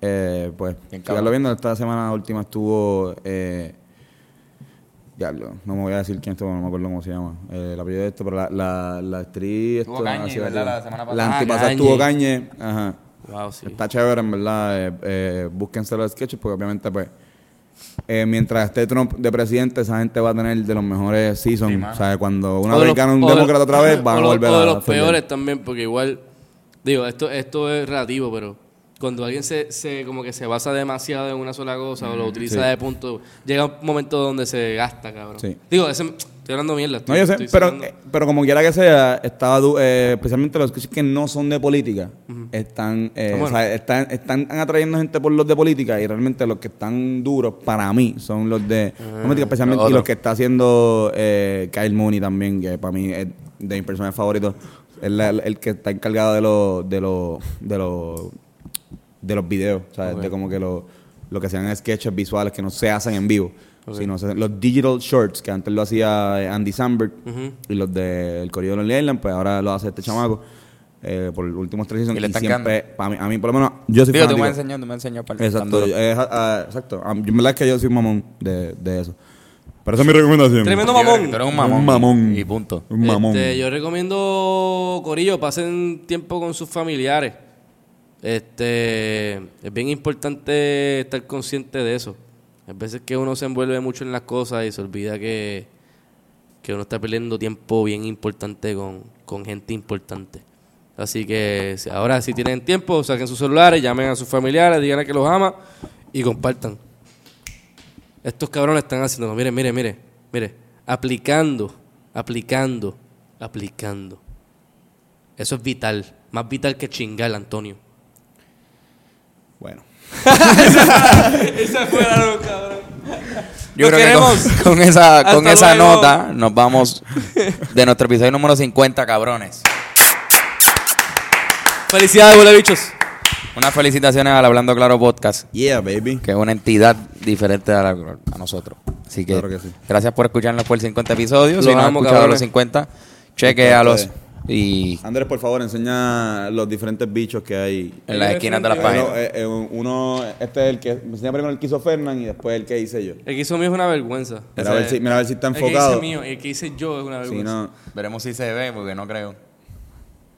A: eh, pues,
C: Bien
A: siganlo
C: cabrón.
A: viendo. Esta semana última estuvo, eh, diablo, no me voy a decir quién estuvo, no me acuerdo cómo se llama, eh, el apellido de esto, pero la, la, la actriz...
C: Estuvo
A: esto,
C: Kanye,
A: así, así.
C: ¿verdad? La semana pasada.
A: La
B: Ah,
A: antipasada
B: Kanye.
A: estuvo Cañe, ajá.
B: Wow, sí.
A: Está chévere, en verdad. Eh, eh, búsquense los sketches porque obviamente, pues, eh, mientras esté Trump de presidente, esa gente va a tener de los mejores seasons. o sea, cuando un
B: O de los-
A: americano, un
B: o de-
A: demócrata otra vez, van
B: o
A: a
B: los-
A: volver
B: o
A: a...
B: de los
A: hacerle.
B: peores también, porque igual, digo, esto, esto es relativo, pero cuando alguien se, se como que se basa demasiado en una sola cosa o lo utiliza
A: Mm, sí.
B: de punto, llega un momento donde se gasta, cabrón.
A: Sí.
B: Digo, ese- estoy hablando mierda.
A: No,
B: estoy-
A: yo sé,
B: estoy
A: pero,
B: sacando-
A: eh, pero como quiera que sea, estaba du- eh, especialmente los sketches que no son de política, están, eh,
B: Ah, bueno.
A: o sea, están, están atrayendo gente por los de política y realmente los que están duros para mí son los de
B: Ah,
A: política, especialmente y los que está haciendo eh, Kyle Mooney también, que para mí es de mis personajes favoritos, es la- el, que está encargado de los de los de los de los videos, o sea, de como que lo, lo que sean sketches visuales que no se hacen en vivo, sino se- los digital shorts que antes lo hacía eh, Andy Samberg y los del Correo de Lonely Island, pues ahora lo hace este chamaco eh, por los últimos tres seasons
C: Y le está
A: siempre, pa' mí, a mí por lo menos, yo soy
C: Digo, tú me has
A: fanático.
C: enseñado, tú me has enseñado. par- tan
A: Exacto,
C: duro.
A: eh, ja- ah, exacto. Am- yo- En verdad es que yo soy un mamón de, de eso. Pero esa es mi recomendación.
B: Tremendo
C: Yo creo que
B: mamón.
C: tú eres un mamón.
A: Un mamón.
C: Y punto.
A: Un mamón.
B: Este, yo recomiendo, Corillo, pasen tiempo con sus familiares. Este, es bien importante estar consciente de eso. Hay veces que uno se envuelve mucho en las cosas y se olvida que, que uno está perdiendo tiempo bien importante con, con gente importante. Así que si- ahora si tienen tiempo, saquen sus celulares, llamen a sus familiares, digan que los ama y compartan. Estos cabrones están haciendo, mire, mire, mire, mire, aplicando, aplicando, aplicando. Eso es vital, más vital que chingar, Antonio.
A: Bueno.
B: Esa fue la loca, cabrón.
C: Yo
B: Los
C: creo que con,
B: queremos.
C: con esa, con
B: Hasta
C: esa
B: luego.
C: nota nos vamos de nuestro episodio número 50, cabrones.
B: Felicidades, huele bichos.
C: Unas felicitaciones al Hablando Claro Podcast,
A: Yeah, baby.
C: que es una entidad diferente a, la- a nosotros. Así que,
A: Claro que sí.
C: gracias por escucharnos por 50 episodios.
B: Los
C: si no han
B: amo,
C: escuchado
B: cabrones.
C: los 50,
A: Este,
C: cheque a los... Y
A: Andrés, por favor, enseña los diferentes bichos que hay
C: en
B: Este,
C: las esquinas de las
A: Bueno,
C: páginas.
A: eh, eh, uno, este es el que me enseña primero el que hizo Fernán y después el que hice yo.
B: El que hizo mío es una vergüenza.
A: Mira a ver si, mira a ver si está
B: El
A: enfocado.
B: que hice mío y el que hice yo es una
A: Si
B: vergüenza.
A: no,
C: Veremos si se ve, porque no creo.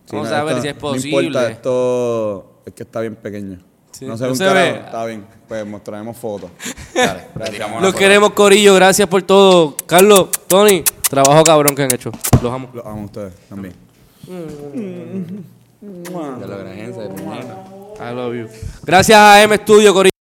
A: si
B: Vamos
A: no,
B: a ver
A: esto-
B: si es
A: No
B: posible.
A: importa, esto es que está bien pequeño.
B: Sí.
A: No se
B: No
A: ve un
B: se
A: carajo,
B: ve.
A: está bien. Pues mostraremos fotos.
C: Dale, le tiramos una
B: Los
C: foto.
B: queremos, Corillo, gracias por todo. Carlos, Tony, trabajo cabrón que han hecho. Los amo.
A: Los amo a ustedes también.
C: De la granjense, de puñeta.
B: I love you. Gracias a M Studio, Corillo.